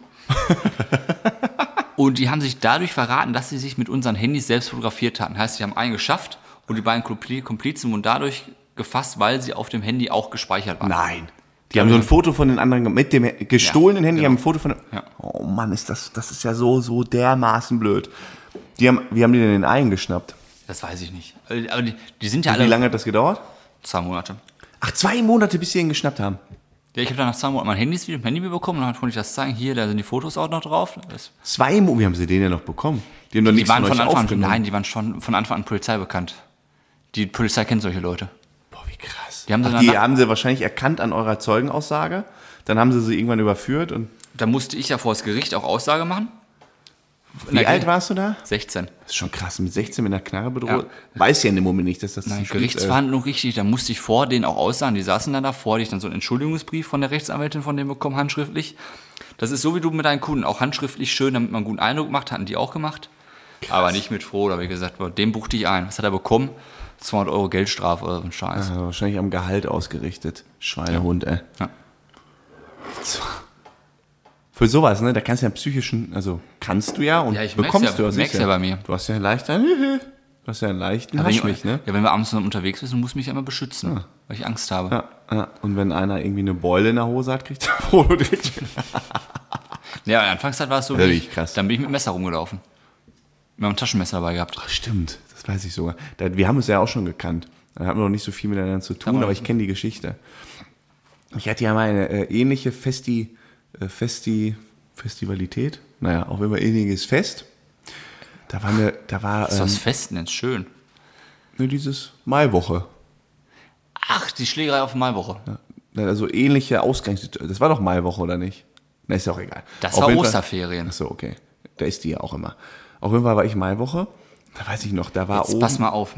B: und die haben sich dadurch verraten, dass sie sich mit unseren Handys selbst fotografiert hatten. Heißt, sie haben einen geschafft und die beiden Kompli- Komplizen wurden dadurch gefasst, weil sie auf dem Handy auch gespeichert waren.
A: Nein. Die haben so ein Foto von den anderen ge- mit dem he- gestohlenen
B: Ah. Ja,
A: Handy,
B: genau.
A: haben ein Foto von.
B: Ja.
A: Oh Mann, ist das, das ist ja so, so dermaßen blöd. Die haben, wie haben die denn den eingeschnappt?
B: Das weiß ich nicht. Also, Aber die, die sind ja
A: Wie
B: alle
A: lange hat das gedauert?
B: zwei Monate.
A: Ach, zwei Monate, bis sie ihn geschnappt haben.
B: Ja, ich habe dann nach zwei Monaten mein Handys wieder, Handy wieder bekommen, dann konnte ich das zeigen. Hier, da sind die Fotos auch noch drauf. Das,
A: Zwei Monate, wie haben sie den denn noch bekommen? Die haben doch
B: die
A: nichts
B: waren
A: von euch
B: von Anfang an,
A: aufgenommen.
B: nein, die waren schon von Anfang an Polizei bekannt. Die Polizei kennt solche Leute.
A: Boah, wie krass.
B: Die haben sie
A: Ach,
B: dann
A: die
B: nach-
A: haben sie wahrscheinlich erkannt an eurer Zeugenaussage. Dann haben sie sie irgendwann überführt. Und
B: Da musste ich ja vor das Gericht auch Aussage machen.
A: wie alt warst du da?
B: 16.
A: Das ist schon krass, mit 16 mit einer Knarre bedroht.
B: Ja.
A: Weiß ja in dem Moment nicht, dass das
B: Nein,
A: stimmt,
B: Gerichtsverhandlung richtig, da musste ich vor denen auch aussagen. Die saßen dann da vor, die ich dann so einen Entschuldigungsbrief von der Rechtsanwältin von denen bekommen, handschriftlich. Das ist so wie du mit deinen Kunden, auch handschriftlich schön, damit man einen guten Eindruck macht, hatten die auch gemacht. Aber nicht mit froh, da habe ich gesagt, boah, den buchte ich ein. Was hat er bekommen? 200 Euro Geldstrafe oder so ein Scheiß.
A: Äh, wahrscheinlich am Gehalt ausgerichtet. Schweinehund, ey.
B: Ja.
A: So. Für sowas, ne? Da kannst du ja psychischen, also kannst du ja und
B: Ja, ich merk's
A: bekommst
B: ja,
A: du das
B: merk's
A: ist
B: ja bei mir.
A: Du hast ja einen leichten, du hast ja einen leichten
B: wenn ich,
A: Haschmich, ne?
B: ja, wenn wir abends noch unterwegs sind, muss ich mich ja immer beschützen, weil ich Angst habe.
A: Ja, ja. Und wenn einer irgendwie eine Beule in der Hose hat, kriegt der Foto direkt.
B: Ja, in der Anfangszeit war es so,
A: Ja,
B: wie
A: wirklich
B: ich,
A: krass.
B: dann bin ich mit Messer rumgelaufen. Wir haben ein Taschenmesser dabei gehabt.
A: Stimmt, das weiß ich sogar. Da, wir haben uns ja auch schon gekannt. Da hatten wir noch nicht so viel miteinander zu tun,
B: Aber-
A: aber ich kenne die Geschichte. Ich hatte ja mal eine äh, ähnliche Festi, äh, Festi, Festivalität. Naja, auch immer ähnliches Fest. Da war eine, da war
B: Ist
A: ähm,
B: das Festen jetzt schön?
A: ne, dieses Maiwoche.
B: Ach, die Schlägerei auf Maiwoche.
A: Na, Also ähnliche Ausgangssituation. Das war doch Maiwoche, oder nicht? Na, ist ja auch egal.
B: Das
A: Auf
B: war
A: jeden Fall-
B: Osterferien.
A: Ach so, okay. Da ist die ja auch immer. Auf jeden Fall war ich Maiwoche. Da weiß ich noch, da war
B: Jetzt pass mal auf.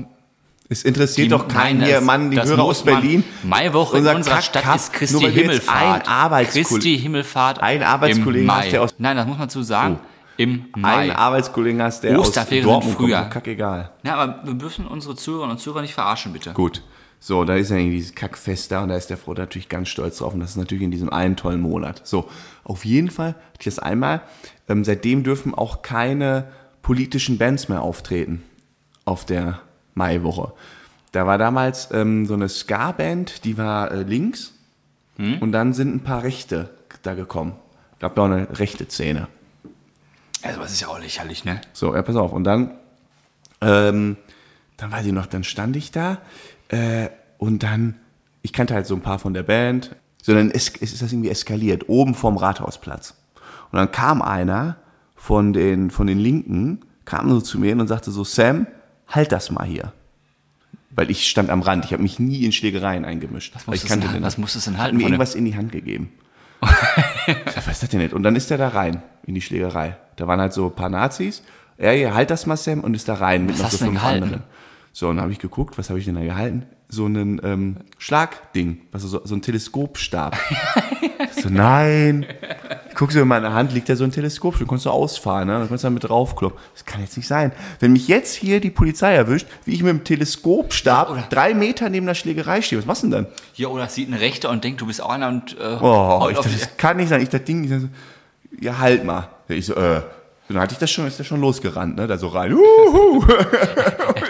A: Es interessiert doch keinen
B: Nein,
A: hier,
B: das-
A: Mann, die
B: das
A: Hörer
B: muss
A: aus
B: man-
A: Berlin.
B: Maiwoche in
A: Unser
B: unserer
A: Kack-
B: Stadt
A: Kack,
B: ist Christi
A: nur weil wir jetzt
B: Himmelfahrt.
A: Ein Arbeitskollege,
B: Christi Himmelfahrt.
A: Ein Arbeitskollegen
B: im
A: hast,
B: Mai.
A: der aus- Oh.
B: Nein, das muss man zu sagen. Im
A: einen
B: Mai.
A: Arbeitskollegen hast, der
B: Osterferien
A: aus Dortmund
B: sind früher.
A: kommt. Kack egal.
B: Ja, aber wir dürfen unsere Zuhörer und Zuhörer nicht verarschen, bitte.
A: Gut. So, da ist ja irgendwie dieses Kackfest da und da ist der Frodo natürlich ganz stolz drauf und das ist natürlich in diesem einen tollen Monat. So, auf jeden Fall hatte ich das einmal. Ähm, seitdem dürfen auch keine politischen Bands mehr auftreten auf der Maiwoche. Da war damals ähm, so eine Ska-Band, die war äh, links und dann sind ein paar Rechte da gekommen. Gab da auch eine rechte Szene.
B: Also, das ist ja auch lächerlich, ne?
A: So, ja, pass auf. Und dann, ähm, dann weiß ich noch, dann stand ich da äh, und dann, ich kannte halt so ein paar von der Band, sondern es, es ist das irgendwie eskaliert, oben vom Rathausplatz. Und dann kam einer von den, von den Linken, kam so zu mir hin und sagte so, Sam, halt das mal hier. Weil ich stand am Rand, ich habe mich nie in Schlägereien eingemischt. weil
B: muss
A: ich
B: es denn- was muss es denn
A: Hat
B: halten
A: mir
B: von dem-
A: irgendwas in die Hand gegeben. Ich sag, was ist das denn nicht? Und dann ist er da rein in die Schlägerei. Da waren halt so ein paar Nazis. Er hier, halt das mal, Sam, und ist da rein mit
B: Was
A: noch
B: hast
A: so
B: du denn
A: fünf
B: gehalten?
A: anderen. So, und dann habe ich geguckt, was habe ich denn da gehalten? So einen ähm, Schlagding, also so, so ein Teleskopstab. Ich so, nein. Ich guck so in meine Hand, liegt da so ein Teleskop, du konntest du ausfahren, ne? Dann konntest du damit draufkloppen. Das kann jetzt nicht sein. Wenn mich jetzt hier die Polizei erwischt, wie ich mit dem Teleskopstab
B: Oder-
A: drei Meter neben der Schlägerei stehe, was machst du denn dann?
B: Ja, oder es sieht ein Rechter und denkt, du bist auch einer und. Äh,
A: Oh,
B: heult
A: ich
B: auf
A: dachte,
B: dich.
A: das kann nicht sein. Ich dachte, Ding, ich dachte, so, ja, halt mal. Ich so, äh, dann hatte ich das schon, ist das schon losgerannt, ne? Da so rein. Uhu.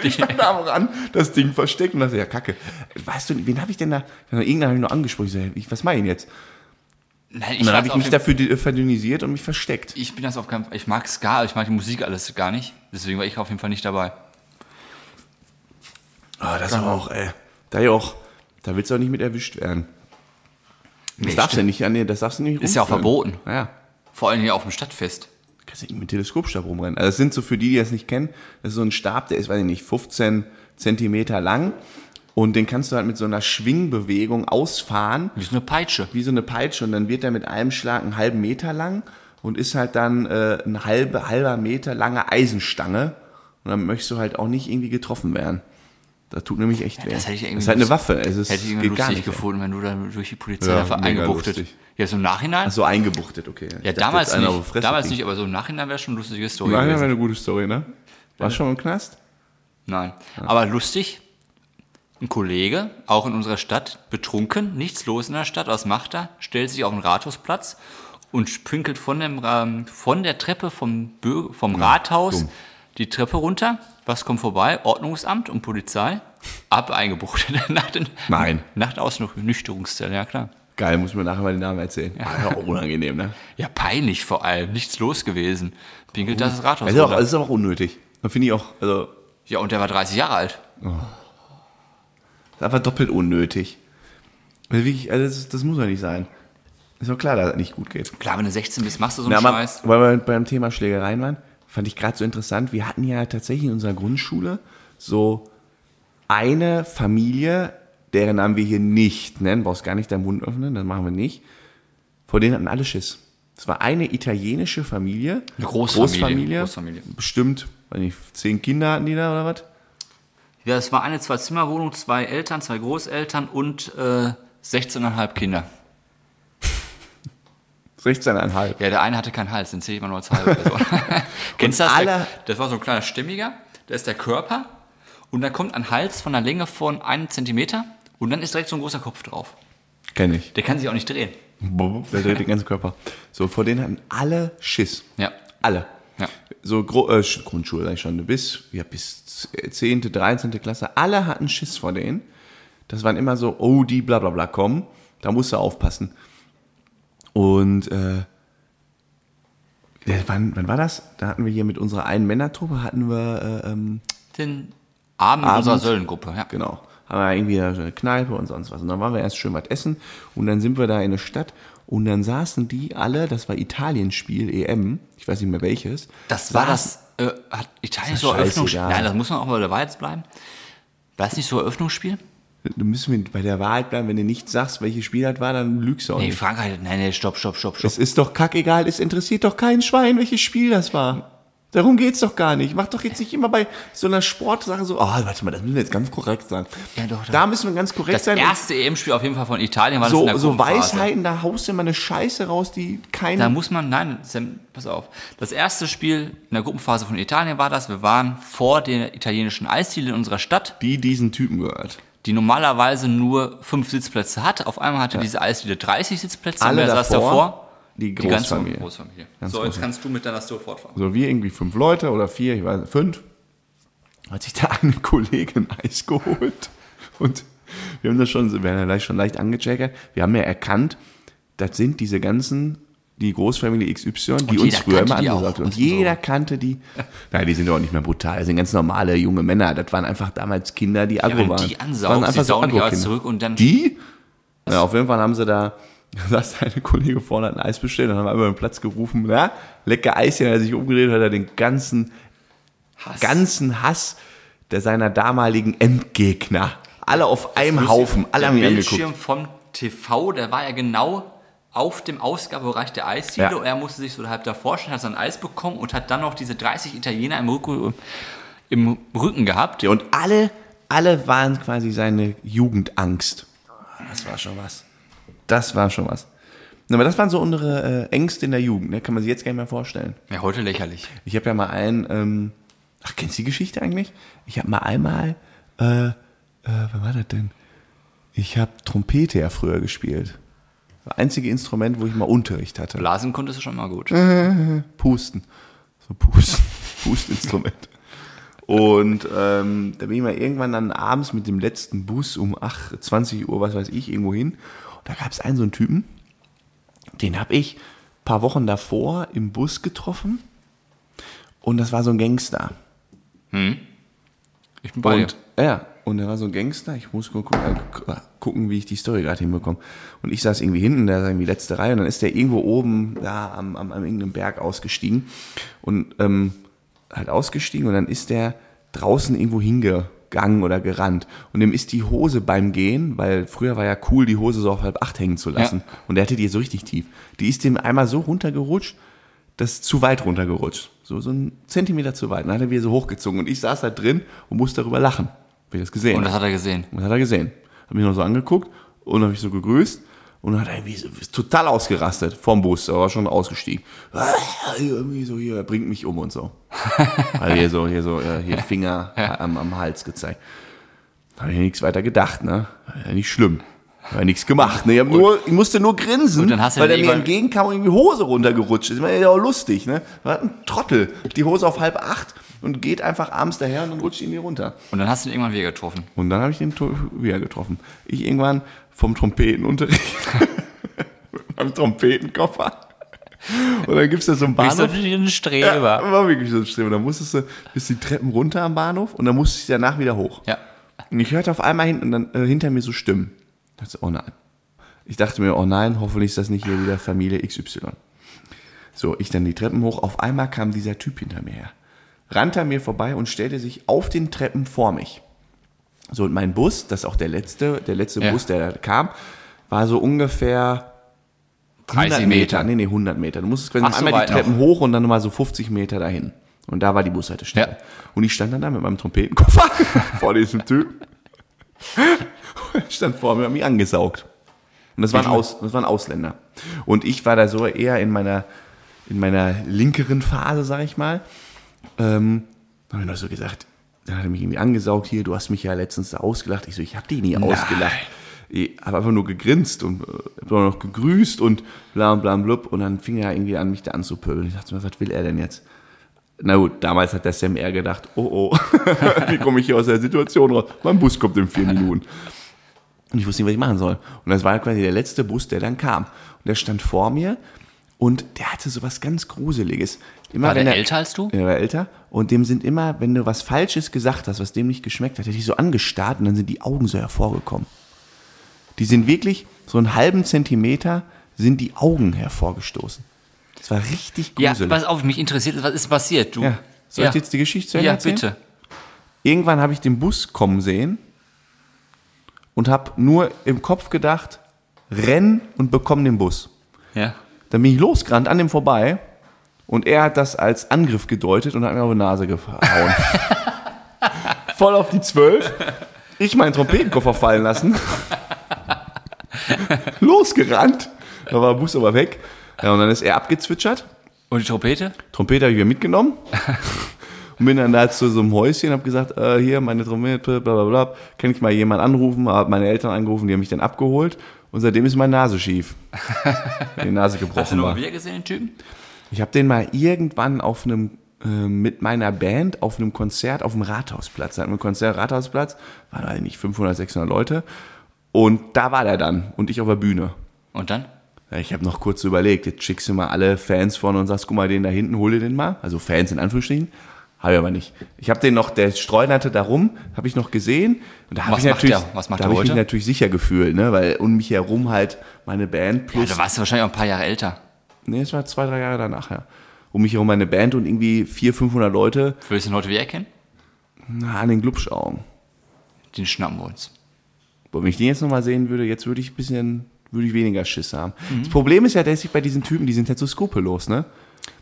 A: ich stand da ran, das Ding versteckt und dachte, ja, kacke. Weißt du, wen habe ich denn da? Irgendeinen habe ich nur angesprochen. Ich so, ich, was mache ich denn jetzt?
B: Nein,
A: Und dann
B: war
A: habe ich
B: auf
A: mich
B: dem-
A: dafür di- äh, verdünnisiert und mich versteckt.
B: Ich bin das auf keinen Fall. Ich mag Ska, ich mag die Musik alles gar nicht. Deswegen war ich auf jeden Fall nicht dabei.
A: Ah, das aber auch, ey. Da ja auch, da willst du auch nicht mit erwischt werden. Das
B: Nee,
A: darfst du
B: stimmt.
A: nicht, nee, das darfst du nicht
B: Ist ja auch
A: rumführen.
B: verboten.
A: Ja.
B: Vor allem hier auf dem Stadtfest.
A: kannst du nicht mit Teleskopstab rumrennen. Also das sind so für die, die das nicht kennen, das ist so ein Stab, der ist, weiß ich nicht, 15 Zentimeter lang und den kannst du halt mit so einer Schwingbewegung ausfahren,
B: Wie so eine Peitsche.
A: wie so eine Peitsche und dann wird der mit einem Schlag einen halben Meter lang und ist halt dann äh, ein halbe, halber Meter lange Eisenstange und dann möchtest du halt auch nicht irgendwie getroffen werden. Das tut nämlich echt weh.
B: das hätte ich irgendwie
A: ist halt eine
B: lust-
A: Waffe. Es ist,
B: Hätte ich irgendwie
A: geht gar
B: lustig
A: nicht.
B: gefunden, wenn du dann durch die Polizei
A: Ja,
B: einfach
A: mega
B: eingebuchtet.
A: lustig.
B: Ja, so im Nachhinein?
A: Ach so, eingebuchtet, okay.
B: ja, damals nicht. Damals nicht, aber so im Nachhinein wäre schon eine lustige Story
A: Nein, das
B: gewesen.
A: wäre eine gute Story, ne? Warst du schon im Knast?
B: Nein. Aber lustig, ein Kollege, auch in unserer Stadt, betrunken, nichts los in der Stadt, was macht er? Stellt sich auf den Rathausplatz und pinkelt von, dem, ähm, von der Treppe vom, Bür vom Rathaus
A: dumm.
B: die Treppe runter. Was kommt vorbei? Ordnungsamt und Polizei. Ab eingebucht. nach den,
A: Nein.
B: Nach der Ausnüchterungszelle, ja klar.
A: Geil, muss mir nachher mal den Namen erzählen. Ja. Ah, auch unangenehm, ne?
B: Ja, peinlich vor allem. Nichts los gewesen. Pinkelt das Rathaus.
A: Das ist, Also auch,
B: runter.
A: das ist aber auch unnötig. Da finde ich auch, also,
B: ja, und der war 30 Jahre alt.
A: das ist einfach doppelt unnötig. Also wirklich, also das, das muss ja nicht sein. Ist doch klar, dass das nicht gut geht.
B: Klar, wenn du 16 bist, machst du so
A: Na,
B: einen
A: aber,
B: Scheiß.
A: weil wir beim Thema Schlägereien waren, fand ich gerade so interessant. Wir hatten ja tatsächlich in unserer Grundschule so eine Familie, deren Namen wir hier nicht nennen, brauchst gar nicht deinen Mund öffnen, das machen wir nicht. Vor denen hatten alle Schiss. Es war eine italienische Familie.
B: Eine Großfamilie,
A: Großfamilie.
B: Großfamilie.
A: Bestimmt, weiß nicht, zehn Kinder hatten die da oder was?
B: Ja, das war eine Zwei-Zimmer-Wohnung, zwei Eltern, zwei Großeltern und äh, 16,5 Kinder.
A: 16,5.
B: Ja, der eine hatte keinen Hals, den zähle ich mal nur als halbe Person. Kennst du
A: Und
B: das?
A: alle-
B: das war so ein kleiner Stimmiger, da ist der Körper und da kommt ein Hals von einer Länge von einem Zentimeter und dann ist direkt so ein großer Kopf drauf.
A: Kenn ich.
B: Der kann sich auch nicht drehen.
A: Der dreht den ganzen Körper. So, vor denen hatten alle Schiss.
B: Ja.
A: Alle.
B: Ja.
A: So Gro äh, Sch- Grundschule sag ich schon, bis, ja, bis 10., 13. Klasse, alle hatten Schiss vor denen. Das waren immer so, oh, die bla bla bla kommen, da musst du aufpassen. Und äh, ja, wann, wann war das? Da hatten wir hier mit unserer einen Männertruppe, hatten wir, äh, ähm,
B: Den Arm in unserer Söllengruppe, ja.
A: genau, haben wir irgendwie da so eine Kneipe und sonst was. Und dann waren wir erst schön was essen und dann sind wir da in der Stadt und dann saßen die alle, das war Italienspiel, EM, ich weiß nicht mehr welches.
B: Das war
A: saßen-
B: das, äh, hat Italien
A: Ist
B: so
A: doch
B: Eröffnungsspiel.
A: scheißegal.
B: Nein, das muss man auch mal dabei jetzt bleiben. War es nicht so Eröffnungsspiel?
A: Du müssen wir bei der Wahrheit bleiben, wenn du nicht sagst, welches Spiel das war, dann lügst du auch
B: Nee,
A: nicht.
B: Frankreich, nein, nee, stopp, stopp, stopp, stopp.
A: Es ist doch kackegal, es interessiert doch kein Schwein, welches Spiel das war. Darum geht's doch gar nicht. Mach doch jetzt nicht immer bei so einer Sportsache so, ah, warte mal, das müssen wir jetzt ganz korrekt sein.
B: Ja, doch, doch.
A: Da müssen wir ganz korrekt
B: Das
A: sein.
B: erste EM-Spiel auf jeden Fall von Italien war das in
A: so,
B: der
A: so
B: Gruppenphase.
A: Weisheiten, da haust du immer eine Scheiße raus, die kein...
B: Da muss man, nein, Sam, pass auf. Das erste Spiel in der Gruppenphase von Italien war das. Wir waren vor der italienischen Eisdiele in unserer Stadt,
A: die diesen Typen gehört.
B: die normalerweise nur fünf Sitzplätze hat. Auf einmal hatte diese Eisdiele 30 Sitzplätze.
A: Alle
B: Wer saß
A: davor?
B: davor?
A: Die
B: Die ganze
A: Großfamilie.
B: Großfamilie.
A: Ganz
B: so, jetzt
A: Großfamilie.
B: kannst du mit deiner Story fortfahren.
A: so wir irgendwie fünf Leute oder vier, ich weiß nicht, fünf, hat sich da eine Kollegin Eis geholt. Und wir haben das schon, wir haben ja leicht, schon leicht angecheckert. Wir haben ja erkannt, das sind diese ganzen, die Großfamilie XY, die uns
B: jeder
A: früher
B: kannte
A: immer
B: die auch.
A: angesagt haben. Und
B: So.
A: jeder kannte die. Nein, die sind doch nicht mehr brutal. Das sind ganz normale junge Männer. Das waren einfach damals Kinder, die aggro
B: wenn
A: waren.
B: die
A: Das
B: ansaugen,
A: waren
B: sie
A: einfach so
B: saugen die alles
A: Aggro-Kinder.
B: zurück und dann-
A: Die? Ja, auf jeden Fall haben sie da, da saß eine Kollege vorne, hat ein Eis bestellt, dann haben wir über den Platz gerufen, na, lecker Eischen, hat er sich umgedreht, hat er den ganzen,
B: Hass.
A: ganzen Hass der seiner damaligen Endgegner, alle auf einem Haufen, alle
B: der
A: haben ihn
B: Bildschirm
A: angeguckt.
B: vom TV, der war ja genau auf dem Ausgabebereich der Eisdiele.
A: Ja.
B: Und Er musste sich so halb davor stellen, hat sein Eis bekommen und hat dann noch diese 30 Italiener im Rücken, im Rücken gehabt.
A: Ja, Und alle, alle waren quasi seine Jugendangst. Das war schon was. Das war schon was. Na, Aber das waren so unsere äh, Ängste in der Jugend, ne? kann man sich jetzt gar nicht mehr vorstellen.
B: Ja, heute lächerlich.
A: Ich habe ja mal einen, ähm, ach, kennst du die Geschichte eigentlich? Ich habe mal einmal, äh, äh, wann war das denn? Ich habe Trompete ja früher gespielt. Das einzige Instrument, wo ich mal Unterricht hatte.
B: Blasen konntest du schon mal gut.
A: Hm. Pusten. So Pusten. Pustinstrument. Und ähm, da bin ich mal irgendwann dann abends mit dem letzten Bus um 8, 20 Uhr, was weiß ich, irgendwo hin. Und da gab es einen so einen Typen, den habe ich ein paar Wochen davor im Bus getroffen. Und das war so ein Gangster.
B: Ich bin bei
A: Und,
B: dir.
A: ja, und er war so ein Gangster. Ich muss gu- gu- äh, gucken, wie ich die Story gerade hinbekomme. Und ich saß irgendwie hinten, da saß irgendwie letzte Reihe. Und dann ist der irgendwo oben da am, am, am irgendeinem Berg ausgestiegen. Und ähm, halt ausgestiegen. Und dann ist der draußen irgendwo hingegangen oder gerannt. Und dem ist die Hose beim Gehen, weil früher war ja cool, die Hose so auf halb acht hängen zu lassen.
B: Ja.
A: Und der hatte die so richtig tief. Die ist dem einmal so runtergerutscht, das ist zu weit runtergerutscht. So, so einen Zentimeter zu weit. Dann hat er wieder so hochgezogen. Und ich saß da drin und musste darüber lachen. Hab ich das gesehen.
B: Und
A: Und
B: das hat er gesehen.
A: das hat er gesehen. Hab mich noch so angeguckt und habe mich so gegrüßt. Und dann hat er irgendwie so, ist total ausgerastet vom Bus, aber schon ausgestiegen. Irgendwie so hier, er bringt mich um und so. Also hier so, hier so, äh, hier Finger am, am Hals gezeigt. Habe ich nichts weiter gedacht, ne? War ja nicht schlimm. Hab ja nichts gemacht, ne? Ich, hab nur, ich musste nur grinsen,
B: dann hast du
A: weil der
B: den
A: mir
B: irgendwann-
A: entgegenkam und irgendwie Hose runtergerutscht ist. Ich meine, ja auch lustig, ne? War ein Trottel. Hab Die Hose auf halb acht und geht einfach abends daher und dann rutscht ihn hier runter.
B: Und dann hast du ihn irgendwann wieder getroffen.
A: Und dann habe ich den to- wieder getroffen. Ich irgendwann vom Trompetenunterricht mit meinem Trompetenkoffer. Und dann gibt's da so einen
B: Bist du
A: Bahnhof.
B: wie ein Streber?
A: Ja, war wirklich so ein Streber. Da musstest du bis die Treppen runter am Bahnhof und dann musste ich danach wieder hoch.
B: Ja.
A: Und ich hörte auf einmal hinten, dann, äh, hinter mir so Stimmen. Ich dachte, oh nein. Ich dachte mir, oh nein, hoffentlich ist das nicht hier wieder Familie XY. So, ich dann die Treppen hoch. Auf einmal kam dieser Typ hinter mir her. Rannte an mir vorbei und stellte sich auf den Treppen vor mich. So, und mein Bus, das ist auch der letzte, der letzte
B: Ja.
A: Bus, der da kam, war so ungefähr
B: 30 Meter.
A: Nee, nee, 100 Meter. Du musstest quasi
B: Ach,
A: noch
B: so
A: einmal
B: weit
A: die Treppen hoch und dann nochmal so 50 Meter dahin. Und da war die Bushaltestelle.
B: Ja.
A: Und ich stand dann da mit meinem Trompetenkoffer vor diesem Typen. Und stand vor mir, hat mich angesaugt. Und das waren, Aus, das waren Ausländer. Und ich war da so eher in meiner, in meiner linkeren Phase, sag ich mal. Ähm, dann habe ich noch so gesagt, dann hat er mich irgendwie angesaugt hier, du hast mich ja letztens da ausgelacht. Ich so, ich habe dich nie ausgelacht. Ich habe einfach nur gegrinst und äh, hab auch noch gegrüßt und bla bla blub. Und dann fing er irgendwie an, mich da anzupöbeln. Ich dachte mir, was will er denn jetzt? Na gut, damals hat der Sam eher gedacht, oh oh, wie komme ich hier aus der Situation raus? Mein Bus kommt in vier Minuten. Und ich wusste nicht, was ich machen soll. Und das war quasi der letzte Bus, der dann kam. Und der stand vor mir und der hatte so was ganz Gruseliges. Immer,
B: War
A: wenn
B: der
A: er-
B: älter als du?
A: er war älter. Und dem sind immer, wenn du was Falsches gesagt hast, was dem nicht geschmeckt hat, der hat dich so angestarrt und dann sind die Augen so hervorgekommen. Die sind wirklich so einen halben Zentimeter sind die Augen hervorgestoßen. Das war richtig
B: Ja,
A: gruselig.
B: pass auf, mich interessiert, was ist passiert? Du.
A: Ja. Soll
B: Ja.
A: ich jetzt die Geschichte zu Ende
B: Ja,
A: erzählen?
B: bitte.
A: Irgendwann habe ich den Bus kommen sehen und habe nur im Kopf gedacht, renn und bekomm den Bus.
B: Ja.
A: Dann bin ich losgerannt an dem vorbei und er hat das als Angriff gedeutet und hat mir auf die Nase gehauen. Voll auf die Zwölf. Ich meinen Trompetenkoffer fallen lassen. Losgerannt. Da war der Bus aber weg. Ja, und dann ist er abgezwitschert.
B: Und die Trompete?
A: Trompete habe ich wieder mitgenommen. Und bin dann da zu so einem Häuschen und habe gesagt, äh, hier, meine Trompete, bla bla bla, kann ich mal jemand anrufen, habe meine Eltern angerufen, die haben mich dann abgeholt und seitdem ist meine Nase schief. Die Nase
B: Hast du
A: gebrochen
B: noch mal
A: war.
B: wieder gesehen, den Typen?
A: Ich habe den mal irgendwann auf einem äh, mit meiner Band auf einem Konzert auf dem Rathausplatz. Da hatten wir ein Konzert Rathausplatz, waren eigentlich nicht 500, 600 Leute. Und da war der dann und ich auf der Bühne.
B: Und dann?
A: Ja, Ich habe noch kurz so überlegt, jetzt schickst du mal alle Fans vorne und sagst, guck mal, den da hinten, hol dir den mal. Also Fans in Anführungsstrichen. Habe ich aber nicht. Ich habe den noch, der streunerte da rum, habe ich noch gesehen. Und da habe
B: Was
A: ich,
B: macht
A: natürlich-
B: der? Was macht
A: da
B: der
A: hab ich mich
B: heute?
A: natürlich sicher gefühlt, ne? weil um mich herum halt meine Band
B: Ja,
A: plus
B: du warst wahrscheinlich auch ein paar Jahre älter.
A: Nee, es war zwei, drei Jahre danach, ja. Um mich herum meine Band und irgendwie 400, 500 Leute
B: Würdest du ihn heute wieder erkennen?
A: na, an den Glubschaugen.
B: Den schnappen wir uns.
A: Boah, Wenn ich den jetzt nochmal sehen würde, jetzt würde ich ein bisschen, würde ich weniger Schiss haben.
B: Mhm.
A: Das Problem ist ja, dass ich bei diesen Typen, die sind halt so skrupellos, ne?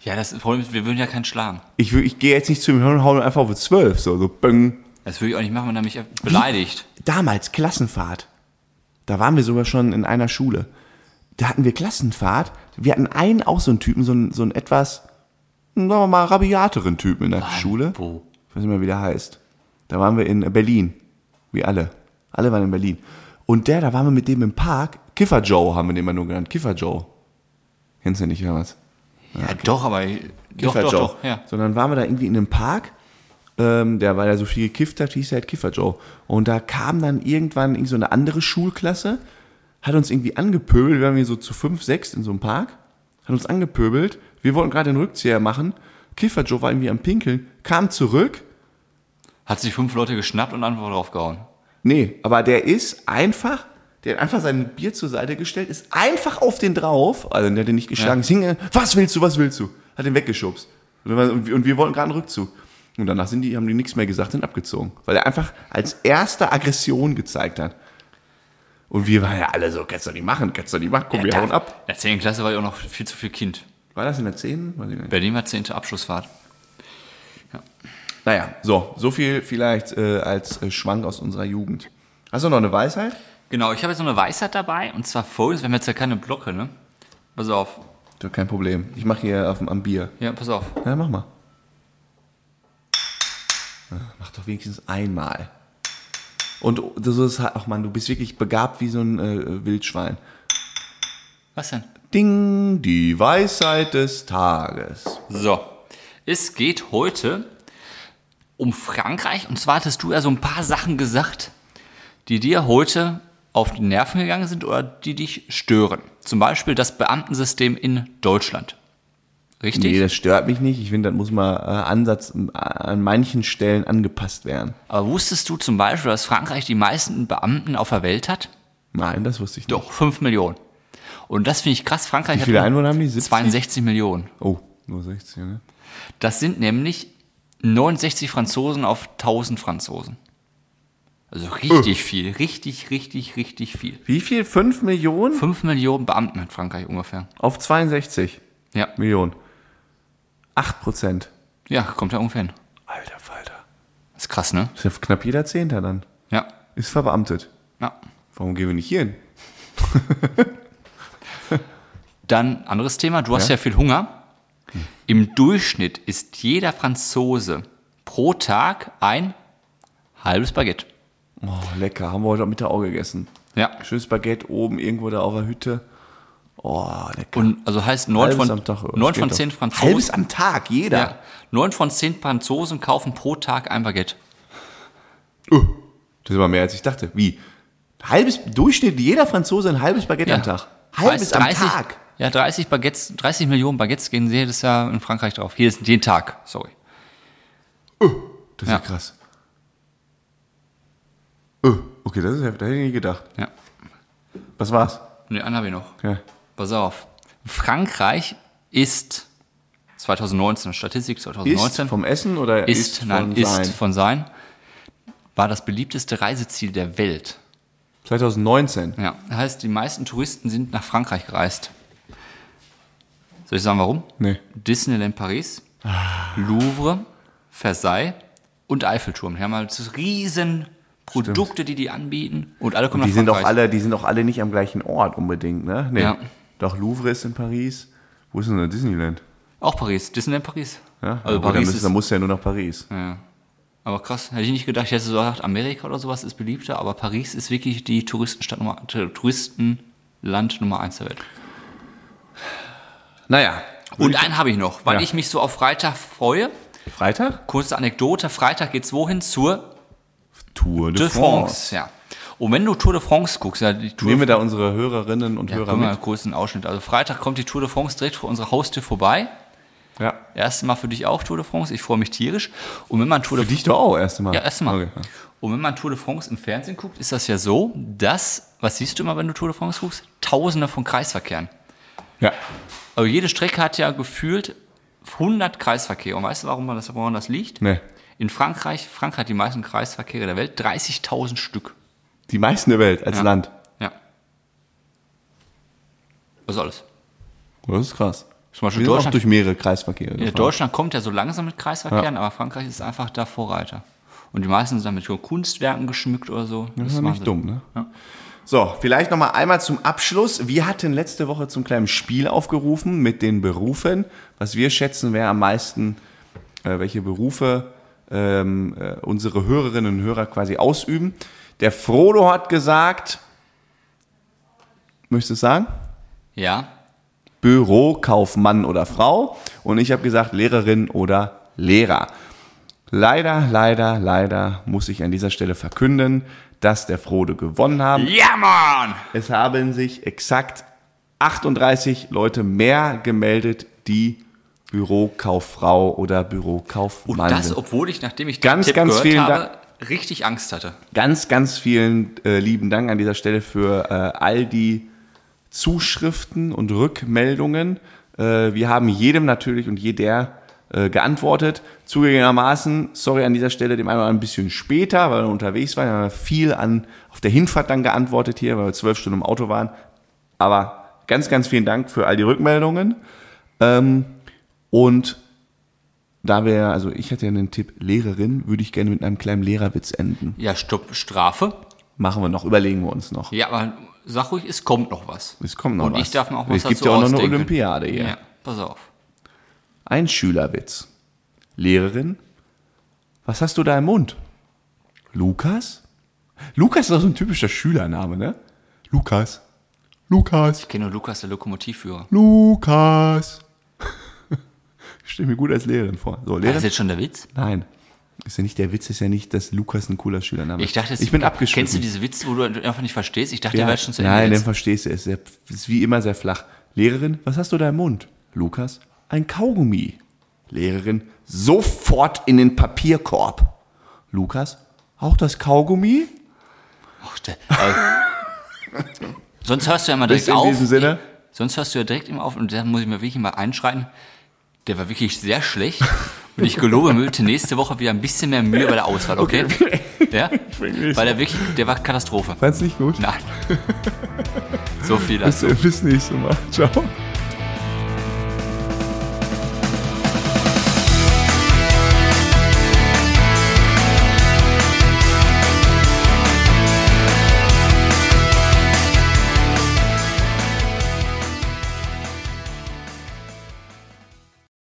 B: Ja, das Problem ist, wir würden ja keinen schlagen.
A: Ich, wür- ich gehe jetzt nicht zu ihm hin und hau ihm einfach auf die 12, so, so, böng.
B: Das würde ich auch nicht machen, wenn er mich beleidigt.
A: damals Klassenfahrt. Da waren wir sogar schon in einer Schule. Da hatten wir Klassenfahrt. Wir hatten einen auch so einen Typen, so einen, so einen etwas, sagen wir mal, rabiateren Typen in der Schule.
B: wo?
A: Ich weiß nicht mehr, wie der heißt. Da waren wir in Berlin. Wie alle. Alle waren in Berlin. Und der, da waren wir mit dem im Park. Kiffer Joe haben wir den immer nur genannt. Kiffer Joe. Kennst du nicht, oder was?
B: Ja, doch, aber. Doch, doch,
A: Joe.
B: doch. Ja.
A: Sondern waren wir da irgendwie in einem Park, ähm, der, weil er so viel gekifft hat, hieß er halt Kiffer Joe. Und da kam dann irgendwann irgend so eine andere Schulklasse, hat uns irgendwie angepöbelt, wir waren hier so zu fünf, sechs in so einem Park, hat uns angepöbelt, wir wollten gerade den Rückzieher machen, Kiffer Joe war irgendwie am Pinkeln, kam zurück,
B: Hat sich fünf Leute geschnappt und einfach draufgehauen.
A: Nee, aber der ist einfach, der hat einfach sein Bier zur Seite gestellt, ist einfach auf den drauf, also der hat den nicht geschlagen, es hing, äh, was willst du, was willst du? Hat den weggeschubst. Und, dann war- und wir- und wir wollten gerade einen Rückzug. Und danach sind die, haben die nichts mehr gesagt, sind abgezogen. Weil er einfach als erster Aggression gezeigt hat. Und wir waren ja alle so, kannst du nicht machen, kannst du nicht machen, komm, wir hauen ab.
B: In der 10. Klasse war ich auch noch viel zu viel Kind.
A: War das in der 10? Weiß ich gar nicht.
B: Berlin war 10. Abschlussfahrt.
A: Naja, so, so viel vielleicht äh, als äh, Schwank aus unserer Jugend. Hast du noch eine Weisheit?
B: Genau, ich habe jetzt noch eine Weisheit dabei. Und zwar folgendes: Wir haben jetzt ja keine Blocke, ne? Pass auf.
A: Du, kein Problem. Ich mache hier auf, dem- am Bier.
B: Ja, pass auf.
A: Ja, mach mal. Ja, Mach doch wenigstens einmal. Und das ist halt, ach man, du bist wirklich begabt wie so ein äh, Wildschwein.
B: Was denn?
A: Ding, die Weisheit des Tages.
B: So, es geht heute um Frankreich. Und zwar hattest du ja so ein paar Sachen gesagt, die dir heute auf die Nerven gegangen sind oder die dich stören. Zum Beispiel das Beamtensystem in Deutschland. Richtig?
A: Nee, das stört mich nicht. Ich finde, das muss mal äh, Ansatz an manchen Stellen angepasst werden.
B: Aber wusstest du zum Beispiel, dass Frankreich die meisten Beamten auf der Welt hat?
A: Nein, das wusste ich nicht.
B: Doch, 5 Millionen. Und das finde ich krass. Frankreich
A: Wie viele
B: hat
A: Einwohner haben die? 70?
B: 62 Millionen.
A: Oh, nur 60, ne?
B: Das sind nämlich 69 Franzosen auf 1000 Franzosen. Also richtig
A: Äh.
B: viel, richtig, richtig, richtig viel.
A: Wie viel? 5 Millionen?
B: 5 Millionen Beamten hat Frankreich ungefähr.
A: Auf 62
B: Ja,
A: Millionen. 8 Prozent.
B: ja kommt ja ungefähr hin.
A: Alter Falter.
B: Ist krass, ne?
A: Das ist ja knapp jeder Zehnter dann.
B: Ja,
A: Ist verbeamtet.
B: ja.
A: Warum gehen wir nicht hier hin?
B: Dann anderes Thema, du hast ja,
A: Ja.
B: viel Hunger. Im Durchschnitt ist jeder Franzose pro Tag ein halbes Baguette.
A: Oh, lecker. Haben wir heute auch Mittag gegessen.
B: Ja.
A: Schönes Baguette oben irgendwo da auf der Hütte. Oh, lecker.
B: Und also heißt neun
A: Halbes
B: von,
A: am Tag, oder?
B: neun
A: Das
B: von
A: geht
B: zehn
A: doch.
B: Franzosen.
A: Halbes am Tag, jeder.
B: Ja. Neun von zehn Franzosen kaufen pro Tag ein Baguette.
A: Das war mehr als ich dachte. Wie? Halbes Durchschnitt jeder Franzose ein halbes Baguette am Tag. Halbes
B: Heißt,
A: am Tag.
B: Ja, 30 Baguettes, 30 Millionen Baguettes gehen jedes Jahr in Frankreich drauf. Jedes, jeden Tag, sorry.
A: Das ist ja
B: Ja.
A: krass. Oh, okay, das ist heftig. Da hätte ich nicht gedacht.
B: Ja.
A: Was war's?
B: Und den anderen habe ich noch.
A: Ja.
B: Pass auf. Frankreich ist 2019, Statistik
A: Ist
B: 2019.
A: vom Essen oder
B: ist,
A: von
B: nein, ist
A: Sein?
B: von sein, war das beliebteste Reiseziel der Welt.
A: 2019.
B: Ja, das heißt, die meisten Touristen sind nach Frankreich gereist. Soll ich sagen, warum?
A: Nee.
B: Disneyland Paris, Louvre, Versailles und Eiffelturm. Die haben halt so riesen Produkte, die die anbieten und alle kommen
A: Die
B: nach
A: sind, auch
B: Frankreich.
A: alle, die sind auch alle nicht am gleichen Ort unbedingt, ne? Nee.
B: Ja.
A: Doch, Louvre ist in Paris. Wo ist denn da Disneyland?
B: Auch Paris, Disneyland Paris.
A: Ja?
B: Also
A: gut, dann,
B: Paris
A: müssen,
B: ist,
A: dann muss ja nur nach Paris.
B: ja. Aber krass, hätte ich nicht gedacht, ich hätte so gedacht, Amerika oder sowas ist beliebter, aber Paris ist wirklich die Touristenstadt Nummer, äh, Touristenland Nummer eins der Welt.
A: Naja.
B: Und einen habe ich noch, weil
A: Ja.
B: ich mich so auf Freitag freue.
A: Freitag?
B: Kurze Anekdote, Freitag geht's wohin? Zur
A: Tour de,
B: Tour de
A: France.
B: France. Ja. Und wenn du Tour de France guckst, ja, die Tour
A: Nehmen wir da unsere Hörerinnen und
B: ja,
A: Hörer
B: guck mal
A: mit.
B: kurz einen Ausschnitt. Also Freitag kommt die Tour de France direkt vor unserer Haustür vorbei.
A: Ja.
B: Erstes Mal für dich auch Tour de France. Ich freue mich tierisch. Und wenn man Tour de
A: Für dich doch auch erst Mal.
B: ja, erstmal.
A: Okay. ja.
B: Und wenn man Tour de France im Fernsehen guckt, ist das ja so, dass, was siehst du immer, wenn du Tour de France guckst? Tausende von Kreisverkehren.
A: Ja.
B: Also jede Strecke hat ja gefühlt 100 Kreisverkehre. Und weißt du, warum man das, woran das liegt?
A: Nee.
B: In Frankreich, Frankreich hat die meisten Kreisverkehre der Welt, 30.000 Stück.
A: Die meisten der Welt als
B: Ja.
A: Land.
B: Ja. Was alles.
A: Das ist krass.
B: Zum Beispiel
A: Wir sind auch
B: Deutschland-
A: durch mehrere Kreisverkehre
B: Ja,
A: gefahren.
B: Deutschland kommt ja so langsam mit Kreisverkehren, aber Frankreich ist einfach da Vorreiter. Und die meisten sind dann mit so Kunstwerken geschmückt oder so.
A: Das ist
B: machen
A: nicht
B: sie.
A: dumm, ne?
B: Ja.
A: So, vielleicht nochmal einmal zum Abschluss. Wir hatten letzte Woche zum kleinen Spiel aufgerufen mit den Berufen. Was wir schätzen, wer am meisten, äh, welche Berufe ähm, äh, unsere Hörerinnen und Hörer quasi ausüben. Der Frodo hat gesagt, möchtest du es sagen?
B: Ja.
A: Bürokaufmann oder Frau. Und ich habe gesagt Lehrerin oder Lehrer. Leider, leider, leider muss ich an dieser Stelle verkünden, dass der Frode gewonnen haben.
B: Ja, Mann!
A: Es haben sich exakt 38 Leute mehr gemeldet, die Bürokauffrau oder
B: Und
A: Bürokaufmann
B: Oh, das,
A: sind.
B: obwohl ich, nachdem ich den
A: Ganz,
B: Tipp
A: ganz vielen
B: gehört habe, richtig Angst hatte.
A: Ganz, ganz vielen äh, lieben Dank an dieser Stelle für äh, all die Zuschriften und Rückmeldungen. Äh, wir haben jedem natürlich und jeder äh, geantwortet. Zugegebenermaßen, sorry an dieser Stelle, dem einen oder anderen ein bisschen später, weil wir unterwegs waren. Wir haben viel an, auf der Hinfahrt dann geantwortet hier, weil wir zwölf Stunden im Auto waren. Aber ganz, ganz vielen Dank für all die Rückmeldungen. Ähm, und da wir, also ich hatte ja einen Tipp Lehrerin, würde ich gerne mit einem kleinen Lehrerwitz enden.
B: Ja, stopp, Strafe.
A: Machen wir noch, überlegen wir uns noch.
B: Ja, aber sag ruhig, es kommt noch was.
A: Es kommt noch
B: Und
A: was.
B: ich darf mir auch was
A: Es gibt
B: dazu
A: ja auch noch eine
B: ausdenken.
A: Olympiade hier.
B: Ja, pass auf.
A: Ein Schülerwitz. Lehrerin, was hast du da im Mund? Lukas? Lukas ist doch so ein typischer Schülername, ne? Lukas. Lukas.
B: Ich kenne nur Lukas, der Lokomotivführer.
A: Lukas. Ich stelle mir gut als Lehrerin vor. So,
B: War das
A: Lehrerin?
B: jetzt schon der Witz?
A: Nein. Ist ja nicht der Witz, ist ja nicht, dass Lukas ein cooler Schülername ist.
B: Ich dachte, es-
A: ich bin
B: Kennst du
A: abgeschlossen.
B: diese Witze, wo du einfach nicht verstehst? Ich dachte,
A: Ja,
B: der war schon zu
A: nein,
B: Ende.
A: dann
B: jetzt.
A: verstehst du es. Sehr, ist wie immer sehr flach. Lehrerin, was hast du da im Mund? Lukas, ein Kaugummi. Lehrerin, sofort in den Papierkorb. Lukas, auch das Kaugummi?
B: Ach, der- aber- sonst hörst du ja immer direkt
A: in
B: auf. äh,
A: diesem Sinne.
B: Sonst hörst du ja direkt immer auf und da muss ich mir wirklich mal einschreiten. Der war wirklich sehr schlecht. Und ich gelobe, mir bitte nächste Woche wieder ein bisschen mehr Mühe bei der Auswahl, okay? Ja? Weil der wirklich, der war Katastrophe.
A: Fand's nicht gut?
B: Nein. So viel dazu.
A: äh, Bis nächstes Mal. Ciao.